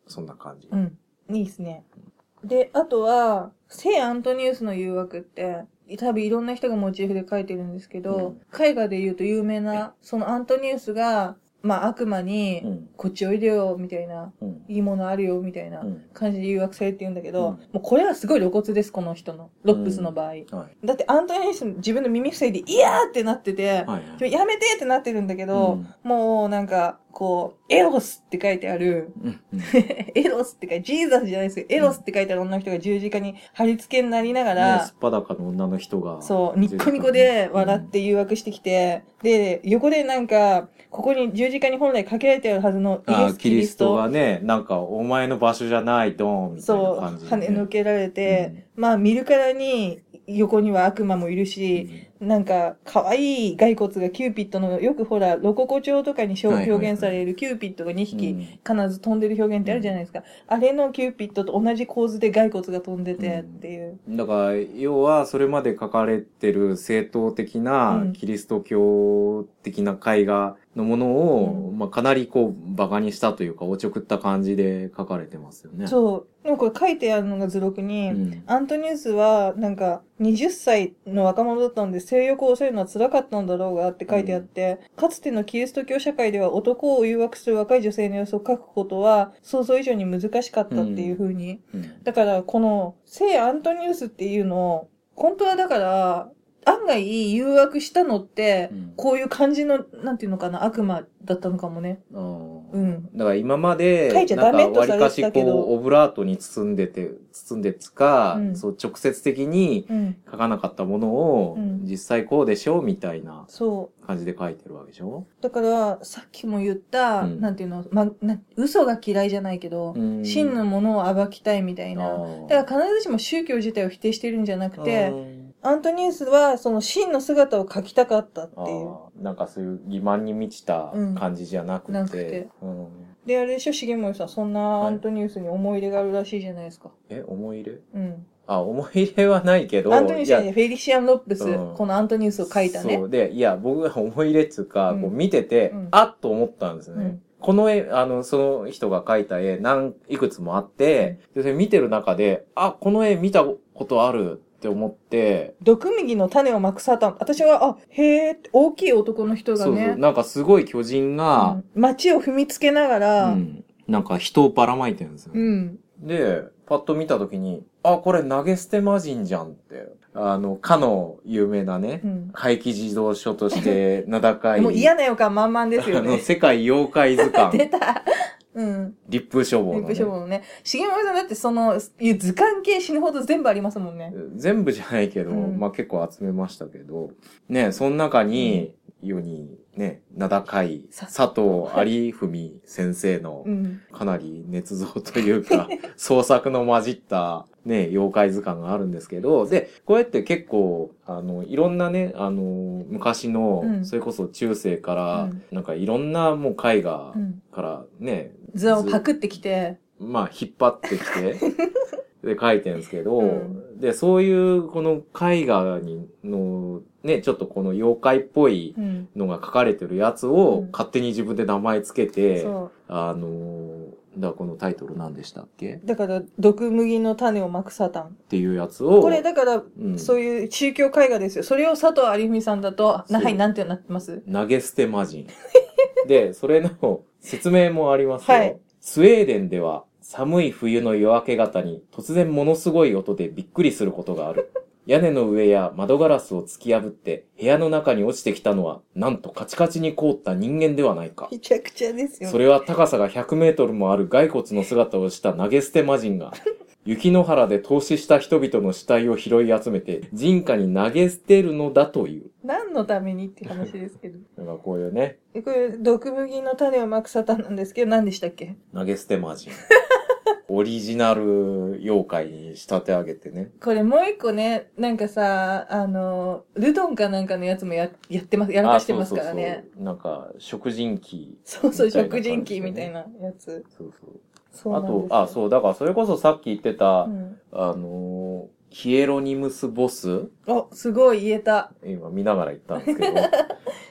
[SPEAKER 2] そんな感じ。
[SPEAKER 1] うん。いいですね。で、あとは、聖アントニウスの誘惑って、多分いろんな人がモチーフで描いてるんですけど、絵画で言うと有名な、そのアントニウスが、まあ悪魔に、
[SPEAKER 2] うん、
[SPEAKER 1] こっちおいでよ、みたいな、
[SPEAKER 2] うん、
[SPEAKER 1] いいものあるよ、みたいな
[SPEAKER 2] うん、
[SPEAKER 1] 感じで誘惑されて言うんだけ
[SPEAKER 2] うん
[SPEAKER 1] ど、もうこれはすごい露骨です、この人の。ロップスの場合。
[SPEAKER 2] はい。
[SPEAKER 1] だってアントニウス自分の耳塞いで、いやーってなってて、
[SPEAKER 2] はい。
[SPEAKER 1] ちょやめてってなってるんだけど、
[SPEAKER 2] うん
[SPEAKER 1] もうなんか、こう、エロスって書いてある、
[SPEAKER 2] うん、
[SPEAKER 1] [laughs] エロスって書いて、ジーザスじゃないですけど、エロスって書いてある女の人が十字架に貼り付けになりなが
[SPEAKER 2] ね、
[SPEAKER 1] ら、
[SPEAKER 2] すっぱだかの女の人が。
[SPEAKER 1] そう、ニッコニコで笑って誘惑してきて、で、横でなんか、ここに十字架に本来かけられてあるはずのイ
[SPEAKER 2] あ
[SPEAKER 1] エ
[SPEAKER 2] ー
[SPEAKER 1] ス・
[SPEAKER 2] キ
[SPEAKER 1] キリ
[SPEAKER 2] リ
[SPEAKER 1] ス
[SPEAKER 2] ス
[SPEAKER 1] ト
[SPEAKER 2] トがね、なんか、お前の場所じゃない、ドーンみたいな
[SPEAKER 1] そ
[SPEAKER 2] 感じ
[SPEAKER 1] う、
[SPEAKER 2] で
[SPEAKER 1] 跳
[SPEAKER 2] ね、
[SPEAKER 1] ねのけられて、まあ見るからに、横には悪魔もいるし、なんか、可愛い骸骨がキューピッドの、よくほら、ロココ調とかに表
[SPEAKER 2] はいはいはい
[SPEAKER 1] 表現されるキューピッドが2
[SPEAKER 2] うん
[SPEAKER 1] 匹、必ず飛んでる表現ってあるじゃないですか。あれのキューピッドと同じ構図で骸骨が飛んでてっていう。
[SPEAKER 2] うんだから、要は、それまで書かれてる正統的な
[SPEAKER 1] うん、
[SPEAKER 2] キリスト教的な絵画のものを、
[SPEAKER 1] う
[SPEAKER 2] まあ、かなりこう、馬鹿にしたというか、おちょくった感じで書かれてますよね。
[SPEAKER 1] そう。でもこれ書いてあるのが図録に、
[SPEAKER 2] うん
[SPEAKER 1] アントニウスは、なんか、20歳の若者だったので、性欲を抑えるのは辛かったのだろうがって書いてあって、かつてのキリスト教社会では男を誘惑する若い女性の様子を書くことは、想像以上に難しかったっていう風に
[SPEAKER 2] うん
[SPEAKER 1] だから、この、聖アントニウスっていうのを、本当はだから、案外誘惑したのって、
[SPEAKER 2] うん
[SPEAKER 1] こういう感じの、なんていうのかな、悪魔だったのかもね。
[SPEAKER 2] あー
[SPEAKER 1] うん。
[SPEAKER 2] だから今まで、
[SPEAKER 1] 書いちゃダメとされてたけど
[SPEAKER 2] なんか割かしこう、オブラートに包んでて、包んでつか、
[SPEAKER 1] うん
[SPEAKER 2] そう、直接的に、
[SPEAKER 1] うん。
[SPEAKER 2] 書かなかったものを
[SPEAKER 1] う、ん
[SPEAKER 2] 実際こうでしょみたいな
[SPEAKER 1] そ
[SPEAKER 2] 感じで書いてるわけでしょ
[SPEAKER 1] う。だから、さっきも言った、
[SPEAKER 2] うん
[SPEAKER 1] なんていうの、ま、な嘘が嫌いじゃないけど、真のものを暴きたいみたいな。だから必ずしも宗教自体を否定してるんじゃなくて、アントニウスはその真の姿を描きたかったっていう。
[SPEAKER 2] なんかそういう欺瞞に満ちた感じじゃなく
[SPEAKER 1] う
[SPEAKER 2] て。
[SPEAKER 1] んなくて
[SPEAKER 2] うん
[SPEAKER 1] で、あれでしょ、重森さん、そんなアントニウスに思い入れがあるらしいじゃないですか。
[SPEAKER 2] え、思い入れ
[SPEAKER 1] うん。
[SPEAKER 2] あ、思い入れはないけど。
[SPEAKER 1] アントニウスじゃない
[SPEAKER 2] いや
[SPEAKER 1] フェリシアン・ロップス、
[SPEAKER 2] うん
[SPEAKER 1] このアントニウスを書いたね
[SPEAKER 2] そ。うで、いや、僕が思い入れっつうか、
[SPEAKER 1] うん
[SPEAKER 2] こう見てて、
[SPEAKER 1] うん
[SPEAKER 2] あっと思ったんですね。
[SPEAKER 1] うん
[SPEAKER 2] この絵、あの、その人が描いた絵、何、いくつもあって、でそれ見てる中で、あ、この絵見たことあるって思って、
[SPEAKER 1] 毒麦の種をまくサタン。私は、あ、へえ、大きい男の人が
[SPEAKER 2] そうそう。
[SPEAKER 1] ね、
[SPEAKER 2] なんかすごい巨人
[SPEAKER 1] う
[SPEAKER 2] が
[SPEAKER 1] ん、街を踏みつけなが
[SPEAKER 2] う
[SPEAKER 1] ら、
[SPEAKER 2] ん、なんか人をばらまいてるんですよ。
[SPEAKER 1] うん。
[SPEAKER 2] で、パッと見たときに、あ、これ投げ捨て魔人じゃんって。あの、かの有名なね、
[SPEAKER 1] うん
[SPEAKER 2] 怪奇自動書
[SPEAKER 1] [laughs]
[SPEAKER 2] として名高い。
[SPEAKER 1] もう嫌な予感満々ですよ
[SPEAKER 2] あの、
[SPEAKER 1] ね。
[SPEAKER 2] 世界妖怪図
[SPEAKER 1] 出 [laughs]
[SPEAKER 2] 鑑、
[SPEAKER 1] た。うん。
[SPEAKER 2] 立風書房
[SPEAKER 1] リ
[SPEAKER 2] の、
[SPEAKER 1] ップ処
[SPEAKER 2] ね。
[SPEAKER 1] 分のね。重森さんだってその、いや図鑑系死ぬほど全部ありますもんね。
[SPEAKER 2] 全部じゃないけど、
[SPEAKER 1] うん
[SPEAKER 2] まあ結構集めましたけど、ね、その中に、世にね、名高い
[SPEAKER 1] さ
[SPEAKER 2] 佐藤有文先生の
[SPEAKER 1] うん。
[SPEAKER 2] かなり捏造とい
[SPEAKER 1] [laughs]
[SPEAKER 2] うか、創作の混じった、ね、妖怪図鑑があるんですけど、で、こうやって結構、あの、いろんなね、あの、昔の、
[SPEAKER 1] うん
[SPEAKER 2] それこそ中世から、
[SPEAKER 1] うん
[SPEAKER 2] なんかいろんなもう絵画
[SPEAKER 1] うん。
[SPEAKER 2] からね、
[SPEAKER 1] 図案をパクってきて、
[SPEAKER 2] まあ、引っ張って
[SPEAKER 1] [laughs]
[SPEAKER 2] きて、で、書いてるんですけど、
[SPEAKER 1] うん
[SPEAKER 2] で、そういう、この絵画に、の、ね、ちょっとこの妖怪っぽい
[SPEAKER 1] うん。
[SPEAKER 2] のが書かれてるやつを、
[SPEAKER 1] うん
[SPEAKER 2] 勝手に自分で名前つけて、
[SPEAKER 1] そ
[SPEAKER 2] あのーだからこのタイトル何でしたっけ
[SPEAKER 1] う。だから、毒麦の種をまくサタン。
[SPEAKER 2] っていうやつを、
[SPEAKER 1] これ、だから、
[SPEAKER 2] うん
[SPEAKER 1] そういう宗教絵画ですよ。それを佐藤有文さんだと、な
[SPEAKER 2] そう
[SPEAKER 1] はい、なんてなってます
[SPEAKER 2] 投げ捨て魔人。 [laughs] で、それの説明もありますよ。
[SPEAKER 1] はい
[SPEAKER 2] スウェーデンでは寒い冬の夜明け方に突然ものすごい音でびっくりすることが
[SPEAKER 1] [laughs]
[SPEAKER 2] ある。屋根の上や窓ガラスを突き破って部屋の中に落ちてきたのはなんとカチカチに凍った人間ではないか。
[SPEAKER 1] めちゃくちゃです
[SPEAKER 2] それは高さが100メートルもある骸骨の姿をした投げ捨て魔人が、雪の原で投資した人々の死体を拾い集めて、人家に投げ捨てるのだという。
[SPEAKER 1] 何のためにって話です
[SPEAKER 2] [laughs]
[SPEAKER 1] けど。
[SPEAKER 2] なんかこういうね、
[SPEAKER 1] えこれ、毒麦の種をまくサタンなんですけど、何でしたっけ
[SPEAKER 2] 投げ捨て魔 [laughs] 人。オリジナル妖怪に仕立て上げてね。
[SPEAKER 1] これもう一個ね、なんかさ、あの、ルドンかなんかのやつもややってます、や
[SPEAKER 2] や
[SPEAKER 1] らかしてますからね。。
[SPEAKER 2] そうそうそうなんか、食人鬼。
[SPEAKER 1] そうそう、
[SPEAKER 2] みたいな
[SPEAKER 1] 食人鬼みたいなやつ。
[SPEAKER 2] そうそう。
[SPEAKER 1] そうな
[SPEAKER 2] あ
[SPEAKER 1] んです
[SPEAKER 2] と
[SPEAKER 1] よ、
[SPEAKER 2] あ、そう、だからそれこそさっき言ってた、
[SPEAKER 1] うん。
[SPEAKER 2] あのーヒエロニムスボス
[SPEAKER 1] お、すごい言えた。
[SPEAKER 2] 今見ながら言った
[SPEAKER 1] [laughs]
[SPEAKER 2] んですけど、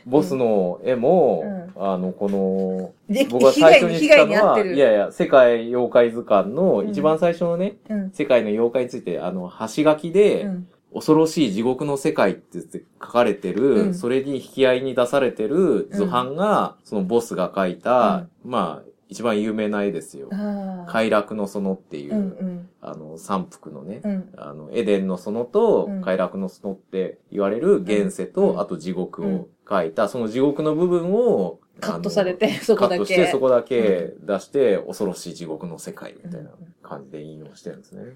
[SPEAKER 2] ボスの絵も、
[SPEAKER 1] う
[SPEAKER 2] あの、この、
[SPEAKER 1] で
[SPEAKER 2] 僕が
[SPEAKER 1] 被害
[SPEAKER 2] 最初
[SPEAKER 1] に、
[SPEAKER 2] に
[SPEAKER 1] 被
[SPEAKER 2] 知った
[SPEAKER 1] 害
[SPEAKER 2] の
[SPEAKER 1] に遭っ
[SPEAKER 2] は、
[SPEAKER 1] て
[SPEAKER 2] い
[SPEAKER 1] る。
[SPEAKER 2] やいや、世界妖怪図鑑の
[SPEAKER 1] うん
[SPEAKER 2] 一番最初のね、
[SPEAKER 1] うん。
[SPEAKER 2] 世界の妖怪について、あの、端書きで、
[SPEAKER 1] うん。
[SPEAKER 2] 恐ろしい地獄の世界って言って書かれてる、
[SPEAKER 1] うん
[SPEAKER 2] それに引き合いに出されてる図版が、そのボスが描いた、まあ、一番有名な絵ですよ。
[SPEAKER 1] ああ。
[SPEAKER 2] 快楽の園っていう、
[SPEAKER 1] うんうん。
[SPEAKER 2] あの、三幅のね、
[SPEAKER 1] うん。
[SPEAKER 2] あの、エデンの園と
[SPEAKER 1] うん
[SPEAKER 2] 快楽の園って言われる現世と、
[SPEAKER 1] うん
[SPEAKER 2] あと地獄を描いた、その地獄の部分を、
[SPEAKER 1] カットされ
[SPEAKER 2] あ
[SPEAKER 1] て、そ
[SPEAKER 2] の、カ
[SPEAKER 1] こだ
[SPEAKER 2] ットし
[SPEAKER 1] け。
[SPEAKER 2] てそこだけ出して、恐ろしい地獄の世界みたいな
[SPEAKER 1] うん
[SPEAKER 2] 感じで引用してるんですね。
[SPEAKER 1] うん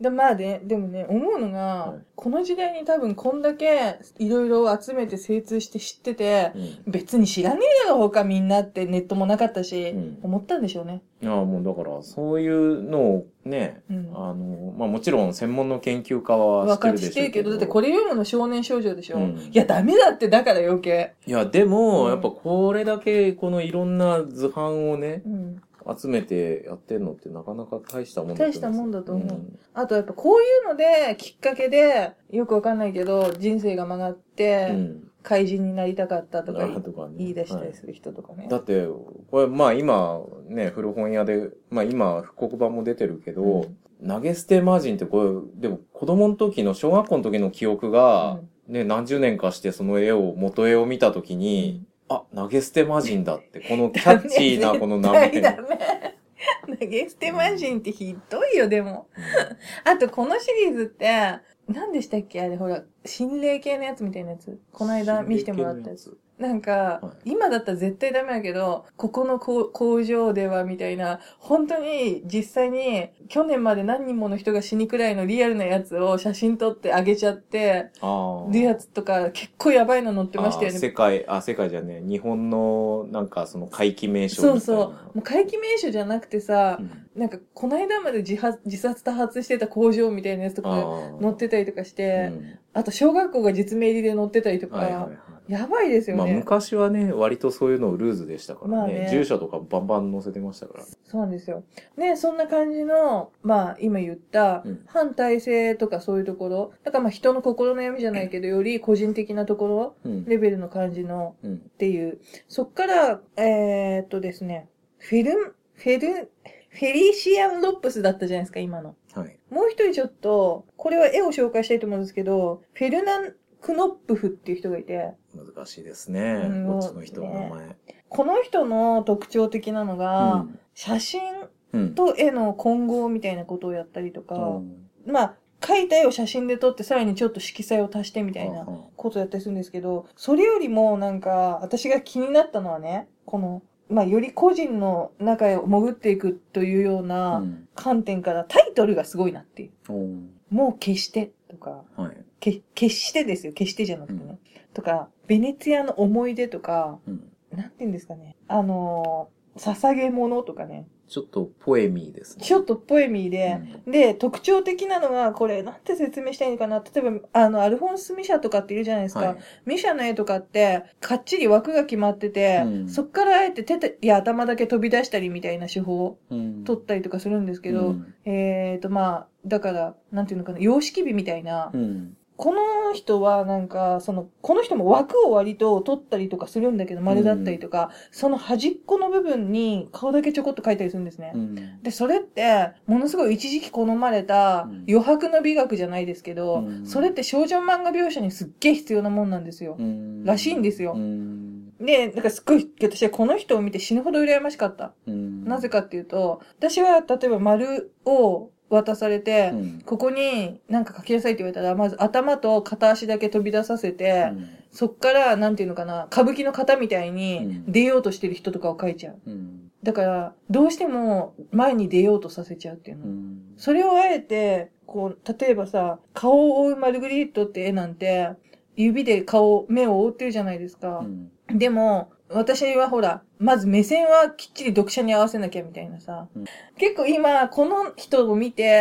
[SPEAKER 1] でまあね、でもね、思うのが、
[SPEAKER 2] い
[SPEAKER 1] この時代に多分こんだけいろいろ集めて精通して知ってて、
[SPEAKER 2] うん
[SPEAKER 1] 別に知らねえだろ、他みんなってネットもなかったし、
[SPEAKER 2] うん
[SPEAKER 1] 思ったんでしょうね。
[SPEAKER 2] いや、もうだから、そういうのをね、
[SPEAKER 1] うん。
[SPEAKER 2] あの、まあもちろん専門の研究家は
[SPEAKER 1] 分
[SPEAKER 2] 知って
[SPEAKER 1] かっ
[SPEAKER 2] るで
[SPEAKER 1] て
[SPEAKER 2] しょ
[SPEAKER 1] 知
[SPEAKER 2] う
[SPEAKER 1] ってる
[SPEAKER 2] け
[SPEAKER 1] けど、だ
[SPEAKER 2] ど。
[SPEAKER 1] ってこれ読むの少年少女でしょ。
[SPEAKER 2] うん
[SPEAKER 1] いや、ダメだって、だから余計。
[SPEAKER 2] いや、で
[SPEAKER 1] う
[SPEAKER 2] も、
[SPEAKER 1] ん
[SPEAKER 2] やっぱこれだけ、このいろんな図版をね、
[SPEAKER 1] うん。
[SPEAKER 2] 集めてやってんのってなかなか大したもんだと思う
[SPEAKER 1] 大したもんだと思う
[SPEAKER 2] うん
[SPEAKER 1] あとやっぱこういうので、きっかけで、よくわかんないけど、人生が曲がって、
[SPEAKER 2] うん。
[SPEAKER 1] 怪人になりたかったとか
[SPEAKER 2] あとかね
[SPEAKER 1] 言い出したり
[SPEAKER 2] は
[SPEAKER 1] する人とかね。
[SPEAKER 2] いだって、これ、まあ今、ね、古本屋で、まあ今、復刻版も出てるけど、
[SPEAKER 1] うん
[SPEAKER 2] 投げ捨てマージンってこれ、でも子供の時の、小学校の時の記憶が、ね、何十年かしてその絵を、元絵を見た時
[SPEAKER 1] う
[SPEAKER 2] に、
[SPEAKER 1] ん
[SPEAKER 2] あ、投げ捨て魔人だって、このキャッチーなこの
[SPEAKER 1] [laughs]
[SPEAKER 2] 名前。
[SPEAKER 1] ダメ。投げ捨てマシンってひどいよ、でも。あと、このシリーズって、何でしたっけあれ、ほら、心霊系のやつみたいなやつ。この間見せてもらったやつ。
[SPEAKER 2] つ。
[SPEAKER 1] なんか、
[SPEAKER 2] は
[SPEAKER 1] 今だったら絶対ダメだけど、ここのこう工場ではみたいな、本当に実際に去年まで何人もの人が死にくらいのリアルなやつを写真撮ってあげちゃって、
[SPEAKER 2] ああ。
[SPEAKER 1] るやつとか結構やばいの載ってましたよ
[SPEAKER 2] あー
[SPEAKER 1] ね。
[SPEAKER 2] 世界、あ、世界じゃねえ、日本の、なんかその怪奇名称みたい
[SPEAKER 1] そう
[SPEAKER 2] な。
[SPEAKER 1] そう。もう怪奇名所じゃなくてさ、なんか、この間まで自発自殺多発してた工場みたいなやつとか載
[SPEAKER 2] 乗
[SPEAKER 1] ってたりとかして、
[SPEAKER 2] うん
[SPEAKER 1] あと小学校が実名入りで載ってたりとか、
[SPEAKER 2] はいはいはい。
[SPEAKER 1] やばいですよ
[SPEAKER 2] まあ
[SPEAKER 1] ね。
[SPEAKER 2] 昔はね、割とそういうのルーズでしたか
[SPEAKER 1] ま
[SPEAKER 2] ら
[SPEAKER 1] あ
[SPEAKER 2] ね
[SPEAKER 1] ね。
[SPEAKER 2] 住所とかバンバン載せてましたから。
[SPEAKER 1] そうなんですよ。ね、そんな感じの、まあ、今言った、
[SPEAKER 2] うん
[SPEAKER 1] 反体制とかそういうところ、だからまあ人の心の闇じゃないけど、より個人的なところ、
[SPEAKER 2] うん
[SPEAKER 1] レベルの感じの
[SPEAKER 2] うん
[SPEAKER 1] っていう。そっから、えー、っとですね、フィルム、フェル、フェリシアン・ロップスだったじゃないですか、今の。
[SPEAKER 2] はい。
[SPEAKER 1] もう一人ちょっと、これは絵を紹介したいと思うんですけど、フェルナン・クノップフっていう人がいて、
[SPEAKER 2] 難しいですね。
[SPEAKER 1] うん
[SPEAKER 2] こっちの人の名前。
[SPEAKER 1] この人の特徴的なのが、
[SPEAKER 2] うん
[SPEAKER 1] 写真
[SPEAKER 2] うん。
[SPEAKER 1] と絵の混合みたいなことをやったりとか、
[SPEAKER 2] うん
[SPEAKER 1] まあ、描いた絵を写真で撮って、さらにちょっと色彩を足してみたいな
[SPEAKER 2] うんうん
[SPEAKER 1] ことをやったりするんですけど、それよりもなんか、私が気になったのはね、この、まあ、より個人の中へ潜っていくというよう
[SPEAKER 2] う
[SPEAKER 1] なん観点から、タイトルがすごいなっていう。
[SPEAKER 2] うん
[SPEAKER 1] もう消してとか、
[SPEAKER 2] はい。
[SPEAKER 1] け決してですよ、決してじゃなくてね。
[SPEAKER 2] うん
[SPEAKER 1] とか、ベネツィアの思い出とか、
[SPEAKER 2] うん
[SPEAKER 1] なんて言うんですかね。あのー捧げ物とかね。
[SPEAKER 2] ちょっとポエミーですね。
[SPEAKER 1] ちょっとポエミーで、
[SPEAKER 2] うん
[SPEAKER 1] で、特徴的なのが、これ、なんて説明したいのかな。例えば、あの、アルフォンス・ミシャとかっているじゃないですか。
[SPEAKER 2] はい
[SPEAKER 1] ミシャの絵とかって、かっちり枠が決まってて、
[SPEAKER 2] うん
[SPEAKER 1] そっからあえて手でいや頭だけ飛び出したりみたいな手法を
[SPEAKER 2] うん
[SPEAKER 1] 取ったりとかするんですけ
[SPEAKER 2] う
[SPEAKER 1] ど、
[SPEAKER 2] ん
[SPEAKER 1] えーと、まあ、だから、なんていうのかな、様式美みたいな、
[SPEAKER 2] うん
[SPEAKER 1] この人はなんか、その、この人も枠を割と取ったりとかするんだけど、丸だったりとか、その端っこの部分に顔だけちょこっと描いたりするんですね。
[SPEAKER 2] うん
[SPEAKER 1] で、それって、ものすごい一時期好まれた
[SPEAKER 2] うん
[SPEAKER 1] 余白の美学じゃないですけど、
[SPEAKER 2] うん
[SPEAKER 1] それって少女漫画描写にすっげえ必要なもんなんですよ
[SPEAKER 2] う。ん
[SPEAKER 1] らしいんですよ
[SPEAKER 2] うん
[SPEAKER 1] で、だからすっごい私はこの人を見て死ぬほど羨ましかった。
[SPEAKER 2] うん
[SPEAKER 1] なぜかっていうと、私は例えば丸を渡されて、
[SPEAKER 2] うん
[SPEAKER 1] ここになんか書きなさいって言われたら、まず頭と片足だけ飛び出させて、そっから、なんていうのかな、歌舞伎の型みたいうに
[SPEAKER 2] ん
[SPEAKER 1] 出ようとしてる人とかを書いちゃう。
[SPEAKER 2] うん
[SPEAKER 1] だから、どうしても前に出ようとさせちゃうっていうの。
[SPEAKER 2] うん
[SPEAKER 1] それをあえて、こう、例えばさ、顔を覆うマルグリートって絵なんて、指で顔、目を覆ってるじゃないですか
[SPEAKER 2] う。ん
[SPEAKER 1] でも、私はほら、まず目線はきっちり読者に合わせなきゃみたいなさ。
[SPEAKER 2] うん
[SPEAKER 1] 結構今、この人を見て、
[SPEAKER 2] はい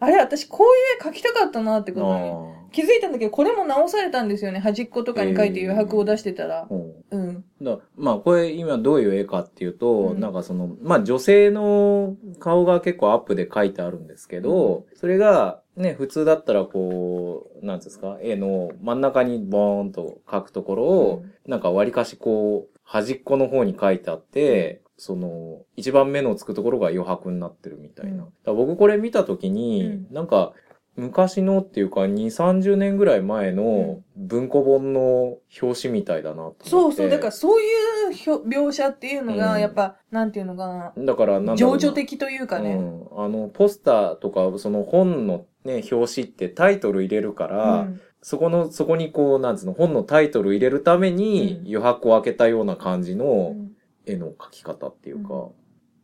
[SPEAKER 1] あれ、私こういう絵描きたかったなってことに
[SPEAKER 2] あ
[SPEAKER 1] 気づいたんだけど、これも直されたんですよね。端っことかに描いて余白を出してたら
[SPEAKER 2] ー。ほ
[SPEAKER 1] うん。
[SPEAKER 2] うだまあこれ今どういう絵かっていうと、
[SPEAKER 1] うん
[SPEAKER 2] なんかその、まあ女性の顔が結構アップで描いてあるんですけど、それがね、普通だったらこう、なんていうんですか、絵の真ん中にボーンと描くところを、なんか割かしこう、端っこの方に書いてあって、その、一番目のつくところが余白になってるみたいな。
[SPEAKER 1] うん
[SPEAKER 2] だから僕これ見たときに、
[SPEAKER 1] う
[SPEAKER 2] なんか、昔のっていうか、2、30年ぐらい前の文庫本の表紙みたいだなと思って。
[SPEAKER 1] そうそう。だからそういうひょ描写っていうの
[SPEAKER 2] う
[SPEAKER 1] が、
[SPEAKER 2] ん
[SPEAKER 1] やっぱ、なんていうのかな。
[SPEAKER 2] だからなんだろうな
[SPEAKER 1] 情緒的というかね。
[SPEAKER 2] うん。あの、ポスターとか、その本のね、表紙ってタイトル入れるから、
[SPEAKER 1] うん
[SPEAKER 2] そこの、そこにこう、なんつうの、本のタイトル入れるために
[SPEAKER 1] うん
[SPEAKER 2] 余白を開けたような感じ
[SPEAKER 1] う
[SPEAKER 2] の、
[SPEAKER 1] ん
[SPEAKER 2] 絵の描き方っていうか、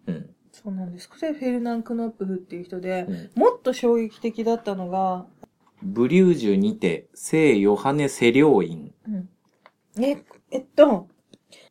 [SPEAKER 2] うん。
[SPEAKER 1] そうなんです。これフェルナン・クノップフっていう人で、
[SPEAKER 2] うん
[SPEAKER 1] もっと衝撃的だったのが、
[SPEAKER 2] ブリュージュにて、聖ヨハネセリョーイン。
[SPEAKER 1] うんえ、えっと、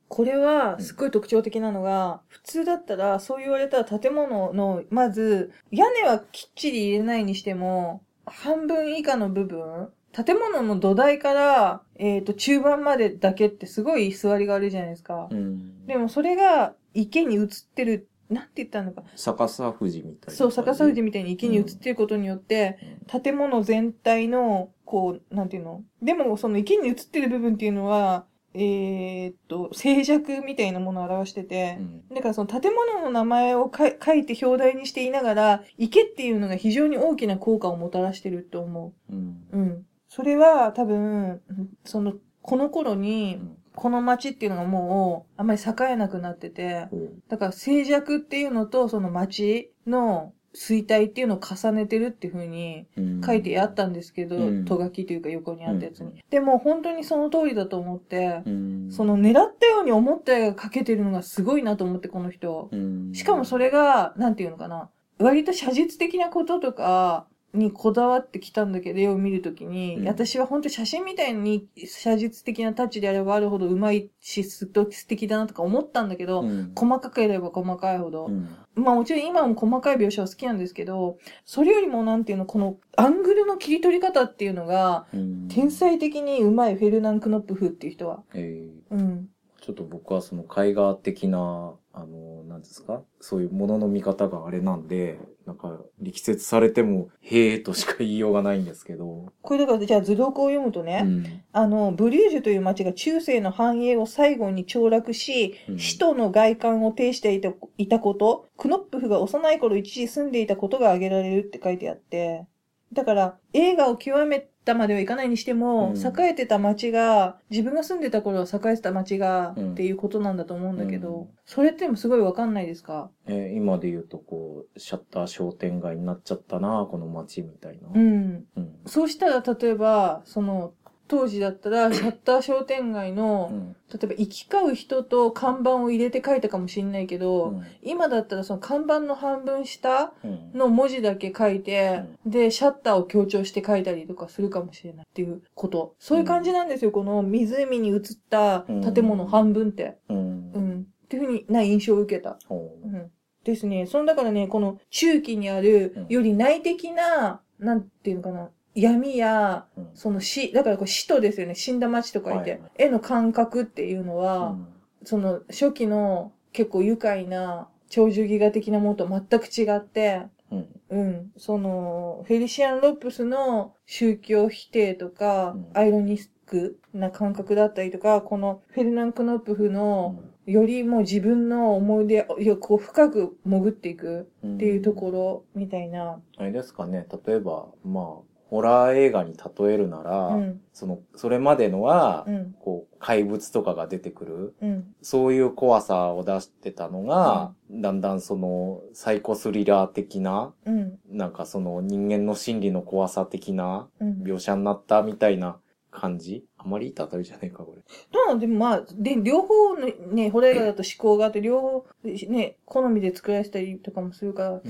[SPEAKER 1] これはすっごい特徴的なのが、普通だったら、そう言われたら建物の、まず、屋根はきっちり入れないにしても、半分以下の部分、建物の土台から、えっ、と、中盤までだけってすごい座りがあるじゃないですか。
[SPEAKER 2] うん
[SPEAKER 1] でもそれが池に映ってる、なんて言ったのか。
[SPEAKER 2] 逆さ富士みたいな。
[SPEAKER 1] そう、逆さ富士みたいに池に映ってることによって、建物全体の、こう、なんていうのでも、その池に映ってる部分っていうのは、えーっと、静寂みたいなものを表してて
[SPEAKER 2] う、ん。
[SPEAKER 1] だからその建物の名前をか書いて表題にしていながら、池っていうのが非常に大きな効果をもたらしてると思
[SPEAKER 2] うん。
[SPEAKER 1] う。うん。それは多分、その、この頃
[SPEAKER 2] う
[SPEAKER 1] に、
[SPEAKER 2] ん
[SPEAKER 1] この街っていうのがもう、あんまり栄えなくなってて、
[SPEAKER 2] こう
[SPEAKER 1] だから静寂っていうのと、その街の衰退っていうのを重ねてるっていうふうに
[SPEAKER 2] うん
[SPEAKER 1] 書いてあったんですけど、
[SPEAKER 2] うん
[SPEAKER 1] とがきというか横にあったやつに。
[SPEAKER 2] うん
[SPEAKER 1] でも本当にその通りだと思って、
[SPEAKER 2] うん
[SPEAKER 1] その狙ったように思った絵が描けてるのがすごいなと思って、この人。
[SPEAKER 2] うん
[SPEAKER 1] しかもそれが、なんていうのかな、割と写実的なこととか、にこだわってきたんだけど、絵を見るときに、
[SPEAKER 2] うん
[SPEAKER 1] 私は本当写真みたいに写実的なタッチであればあるほどうまいし、すっと素敵だなとか思ったんだけど、
[SPEAKER 2] うん
[SPEAKER 1] 細かければ細かいほど、
[SPEAKER 2] うん
[SPEAKER 1] まあもちろん今も細かい描写は好きなんですけど、それよりもなんていうの、このアングルの切り取り方っていうのが、
[SPEAKER 2] うん
[SPEAKER 1] 天才的にうまいフェルナン・クノップフっていう人は。
[SPEAKER 2] えー
[SPEAKER 1] うん。
[SPEAKER 2] ちょっと僕はその絵画的な、あの、なんですかそういうものの見方があれなんで、なんか力説されても、へえとしか言いようがないんですけど。
[SPEAKER 1] これだから、じゃあ図録を読むとね、
[SPEAKER 2] うん
[SPEAKER 1] あの、ブリュージュという町が中世の繁栄を最後に凋落し、
[SPEAKER 2] うん
[SPEAKER 1] 首都の外観を呈していたいたこと、クノップフが幼い頃一時住んでいたことが挙げられるって書いてあって、だから映画を極めたまではいかないにしても、
[SPEAKER 2] うん
[SPEAKER 1] 栄えてた町が、自分が住んでた頃は栄えてた町が、
[SPEAKER 2] うん
[SPEAKER 1] っていうことなんだと思うんだけど、
[SPEAKER 2] うん
[SPEAKER 1] それってもすごいわかんないですか
[SPEAKER 2] えー今で言うとこう、シャッター商店街になっちゃったな、この街みたいな。
[SPEAKER 1] うん。
[SPEAKER 2] うん。
[SPEAKER 1] そうしたら、例えば、その、当時だった
[SPEAKER 2] [coughs]
[SPEAKER 1] ら、シャッター商店街の、
[SPEAKER 2] うん。
[SPEAKER 1] 例えば行き交う人と看板を入れて書いたかもしれないけど、今だったらその看板の半分下
[SPEAKER 2] うん。
[SPEAKER 1] の文字だけ書いて、で、シャッターを強調して書いたりとかするかもしれないっていうこと。そういう感じなんですよ、この湖に映った建物半分って。
[SPEAKER 2] うん。
[SPEAKER 1] うん。っていうふうにな印象を受けた。
[SPEAKER 2] ほ
[SPEAKER 1] う。
[SPEAKER 2] うん
[SPEAKER 1] ですね。その、だからね、この中期にある
[SPEAKER 2] うん、
[SPEAKER 1] より内的な、なんていうのかな、闇や、
[SPEAKER 2] うん
[SPEAKER 1] その死、だからこう死とですよね、死んだ街と書い
[SPEAKER 2] は
[SPEAKER 1] て
[SPEAKER 2] いはい、
[SPEAKER 1] 絵の感覚っていうのは、その初期の結構愉快な鳥獣戯画的なものとは全く違って、
[SPEAKER 2] うん。うん。
[SPEAKER 1] うん、その、フェリシアン・ロップスの宗教否定とか、
[SPEAKER 2] うん
[SPEAKER 1] アイロニックな感覚だったりとか、このフェルナン・クノップフの、よりもう自分の思い出をよこう深く潜っていくっ
[SPEAKER 2] ん
[SPEAKER 1] ていうところみたいな。
[SPEAKER 2] あれですかね、例えば、まあ、ホラー映画に例えるなら、
[SPEAKER 1] うん、
[SPEAKER 2] その、それまでのは、
[SPEAKER 1] うん、
[SPEAKER 2] こう、怪物とかが出てくる、
[SPEAKER 1] うん、
[SPEAKER 2] そういう怖さを出してたのが、だんだんその、サイコスリラー的な、
[SPEAKER 1] うん、
[SPEAKER 2] なんかその人間の心理の怖さ的な
[SPEAKER 1] うん。
[SPEAKER 2] 描写になったみたいな感じあまりいい例えじゃねえか、これ。
[SPEAKER 1] どうなのでもまあ、で、両方のね、ホラー映画だと思考があって、両方ね、好みで作られてたりとかもするから、
[SPEAKER 2] うん。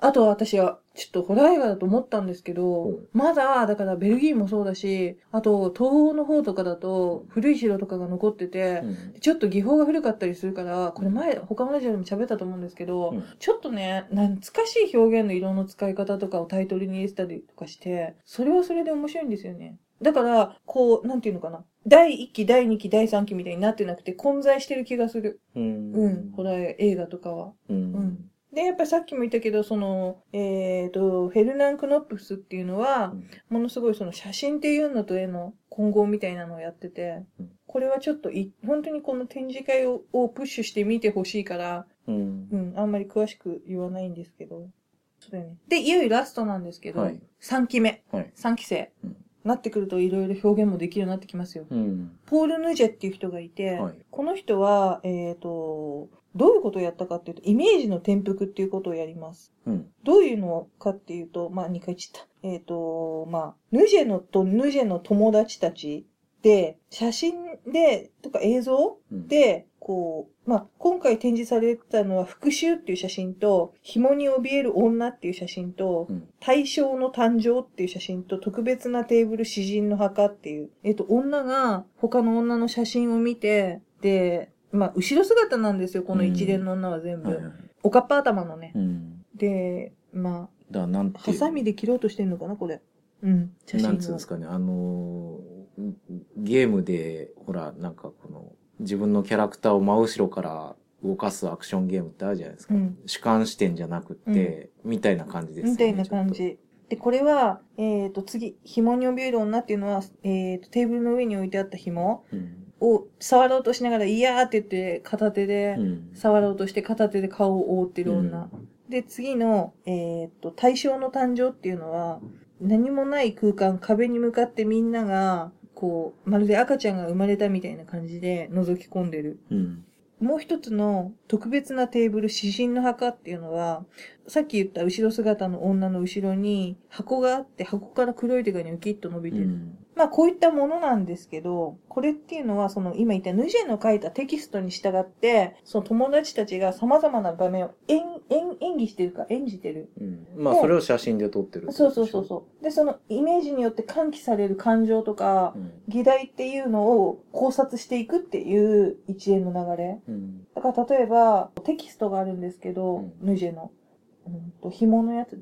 [SPEAKER 1] あとは私は、ちょっとホラー映画だと思ったんですけ
[SPEAKER 2] ほ
[SPEAKER 1] ど
[SPEAKER 2] う、
[SPEAKER 1] まだ、だからベルギーもそうだし、あと、東欧の方とかだと、古い城とかが残ってて、ちょっと技法が古かったりするから、これ前、他のラジオでも喋ったと思うんですけど、
[SPEAKER 2] うん
[SPEAKER 1] ちょっとね、懐かしい表現の色の使い方とかをタイトルに入れてたりとかして、それはそれで面白いんですよね。だから、こう、なんていうのかな。第1期、第2期、第3期みたいになってなくて混在してる気がする。
[SPEAKER 2] うん。
[SPEAKER 1] うん、ホラー映画とかは。
[SPEAKER 2] うん。
[SPEAKER 1] うんで、やっぱりさっきも言ったけど、その、えっ、と、フェルナン・クノップスっていうのは、ものすごいその写真っていうのと絵の混合みたいなのをやってて
[SPEAKER 2] うん、
[SPEAKER 1] これはちょっとい、本当にこの展示会ををプッシュして見てほしいから、
[SPEAKER 2] うん。
[SPEAKER 1] うん、あんまり詳しく言わないんですけど。そうだよね。で、いよいよラストなんですけど、
[SPEAKER 2] はい
[SPEAKER 1] 3期目、
[SPEAKER 2] はい
[SPEAKER 1] 3期生、
[SPEAKER 2] うん
[SPEAKER 1] なってくるといろいろ表現もできるようになってきますよ。
[SPEAKER 2] うん。
[SPEAKER 1] ポール・ヌジェっていう人がいて、
[SPEAKER 2] はい
[SPEAKER 1] この人は、えっ、と、どういうことをやったかっていうと、イメージの転覆っていうことをやります。
[SPEAKER 2] うん。
[SPEAKER 1] どういうのかっていうと、まあ、2回言っちゃった。えっ、と、まあ、ヌジェのとヌジェの友達たちで、写真で、とか映像
[SPEAKER 2] うん、
[SPEAKER 1] で、こう、まあ、今回展示されたのは復讐っていう写真と、紐に怯える女っていう写真と
[SPEAKER 2] う、ん。
[SPEAKER 1] 対象の誕生っていう写真と、特別なテーブル詩人の墓っていう、えっと、女が他の女の写真を見て、で、まあ、後ろ姿なんですよ、この一連の女は全部。
[SPEAKER 2] はいはい
[SPEAKER 1] おかっぱ頭のね。
[SPEAKER 2] うん。
[SPEAKER 1] で、まあ、
[SPEAKER 2] だからなんて。
[SPEAKER 1] ハサミで切ろうとしてんのかな、これ。うん、写真を。
[SPEAKER 2] なんつうんですかね、あのーゲームで、ほら、なんかこの、自分のキャラクターを真後ろから動かすアクションゲームってあるじゃないですか。
[SPEAKER 1] うん
[SPEAKER 2] 主観視点じゃなくって、みたいな感じですよね。
[SPEAKER 1] みたいな感
[SPEAKER 2] ちょっ
[SPEAKER 1] じ。で、これは、えっ、と、次、紐に怯える女っていうのは、えっ、と、テーブルの上に置いてあった紐
[SPEAKER 2] と。うん。
[SPEAKER 1] を触ろうとしながら、いやーって言って、片手で
[SPEAKER 2] う、ん
[SPEAKER 1] 触ろうとして片手で顔を覆ってる女。
[SPEAKER 2] うん
[SPEAKER 1] で、次の、えっ、と、対象の誕生っていうのは、何もない空間、壁に向かってみんなが、こう、まるで赤ちゃんが生まれたみたいな感じで覗き込んでる。
[SPEAKER 2] うん。
[SPEAKER 1] もう一つの特別なテーブル、詩人の墓っていうのは、さっき言った後ろ姿の女の後ろに箱があって、箱から黒い手がニョキッと伸び
[SPEAKER 2] う
[SPEAKER 1] てる。
[SPEAKER 2] ん。
[SPEAKER 1] まあこういったものなんですけど、これっていうのはその今言ったヌジェの書いたテキストに従って、その友達たちが様々な場面を演演演技してるか演じてる。
[SPEAKER 2] うん。まあ、それを写真で撮ってる
[SPEAKER 1] そうそうそうそう。で、そのイメージによって喚起される感情とか、
[SPEAKER 2] うん。
[SPEAKER 1] 議題っていうのを考察していくっていう一連の流れ。
[SPEAKER 2] うん。
[SPEAKER 1] だから例えば、テキストがあるんですけど、
[SPEAKER 2] うん
[SPEAKER 1] ヌジェの。うんと、紐のやつ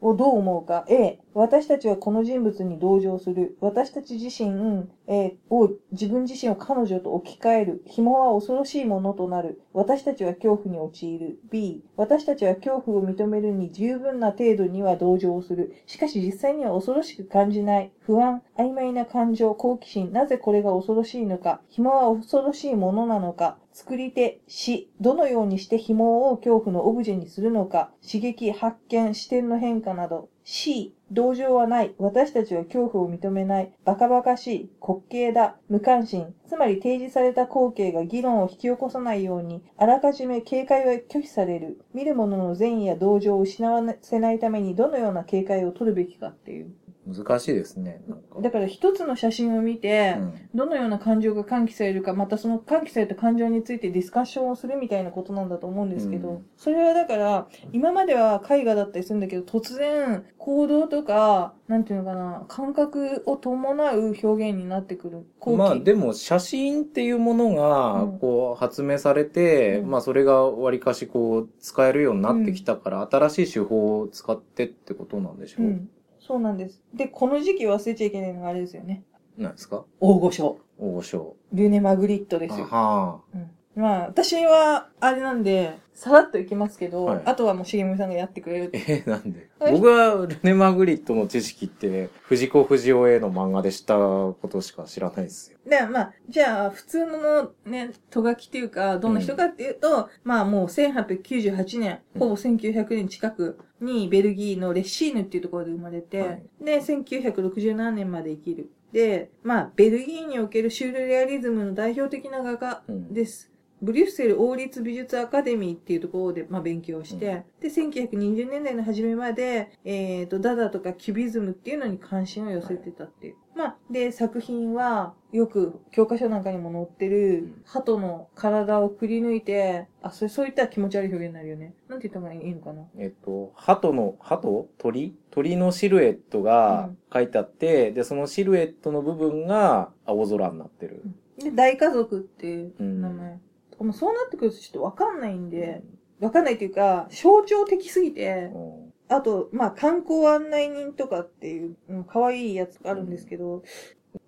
[SPEAKER 1] をどう思うか。A、私たちはこの人物に同情する。私たち自身、えーを、自分自身を彼女と置き換える。紐は恐ろしいものとなる。私たちは恐怖に陥る。B、私たちは恐怖を認めるに十分な程度には同情する。しかし実際には恐ろしく感じない。不安、曖昧な感情、好奇心。なぜこれが恐ろしいのか。紐は恐ろしいものなのか。作り手、死。どのようにして紐を恐怖のオブジェにするのか。刺激、発見、視点の変化、ことなど。C、同情はない。私たちは恐怖を認めない。バカバカしい。滑稽だ。無関心。つまり提示された光景が議論を引き起こさないように、あらかじめ警戒は拒否される。見る者の善意や同情を失わせないためにどのような警戒を取るべきかっていう。
[SPEAKER 2] 難しいですね。なんか
[SPEAKER 1] だから一つの写真を見て、
[SPEAKER 2] うん
[SPEAKER 1] どのような感情が喚起されるか、またその喚起された感情についてディスカッションをするみたいなことなんだと思うんですけど、
[SPEAKER 2] うん
[SPEAKER 1] それはだから、今までは絵画だったりするんだけど、突然行動とか、なんていうのかな、感覚を伴う表現になってくる。後期
[SPEAKER 2] まあでも写真っていうものが
[SPEAKER 1] うん
[SPEAKER 2] こう発明されて、
[SPEAKER 1] うん
[SPEAKER 2] まあそれがわりかしこう使えるようになってきたから、新しい手法を使ってってことなんでしょ
[SPEAKER 1] う
[SPEAKER 2] う、
[SPEAKER 1] ん。そうなんです。で、この時期忘れちゃいけないのがあれですよね。
[SPEAKER 2] なんですか
[SPEAKER 1] 大御所。
[SPEAKER 2] 大御所。
[SPEAKER 1] ルネ・マグリットで
[SPEAKER 2] あ
[SPEAKER 1] すよ。
[SPEAKER 2] は
[SPEAKER 1] うんまあ、私は、あれなんで、さらっといきますけど、
[SPEAKER 2] はい
[SPEAKER 1] あとはもう、しげみさんがやってくれるって。
[SPEAKER 2] え、なんで
[SPEAKER 1] はい
[SPEAKER 2] 僕はルネ・マグリットの知識って、藤子不二雄への漫画でしたことしか知らないですよ。
[SPEAKER 1] で、まあ、じゃあ、普通のね、とがきっていうか、どんな人かっていうと、まあもう1898年、ほぼ1900年近くにベルギーのレッシーヌっていうところで生まれて、
[SPEAKER 2] はい
[SPEAKER 1] で、1967年まで生きる。で、まあ、ベルギーにおけるシュールレアリズムの代表的な画家
[SPEAKER 2] うん
[SPEAKER 1] です。ブリュッセル王立美術アカデミーっていうところで、まあ、勉強して、で、1920年代の初めまで、えっ、と、ダダとかキュビズムっていうのに関心を寄せてたっていう。まあ、で、作品は、よく教科書なんかにも載って
[SPEAKER 2] う
[SPEAKER 1] る
[SPEAKER 2] ん、
[SPEAKER 1] 鳩の体をくり抜いて、あ、それ、そういったら気持ち悪い表現になるよね。なんて言った方がいいのかな。
[SPEAKER 2] えっと、鳩の、鳩鳥鳥のシルエットが書いてあって、で、そのシルエットの部分が青空になってる。
[SPEAKER 1] で、大家族っていう
[SPEAKER 2] うん
[SPEAKER 1] 名前。もうそうなってくるとちょっとわかんないんで、わかんないっていうか、象徴的すぎて、
[SPEAKER 2] うん
[SPEAKER 1] あと、まあ、観光案内人とかっていう、うん可愛いやつがあるんですけど、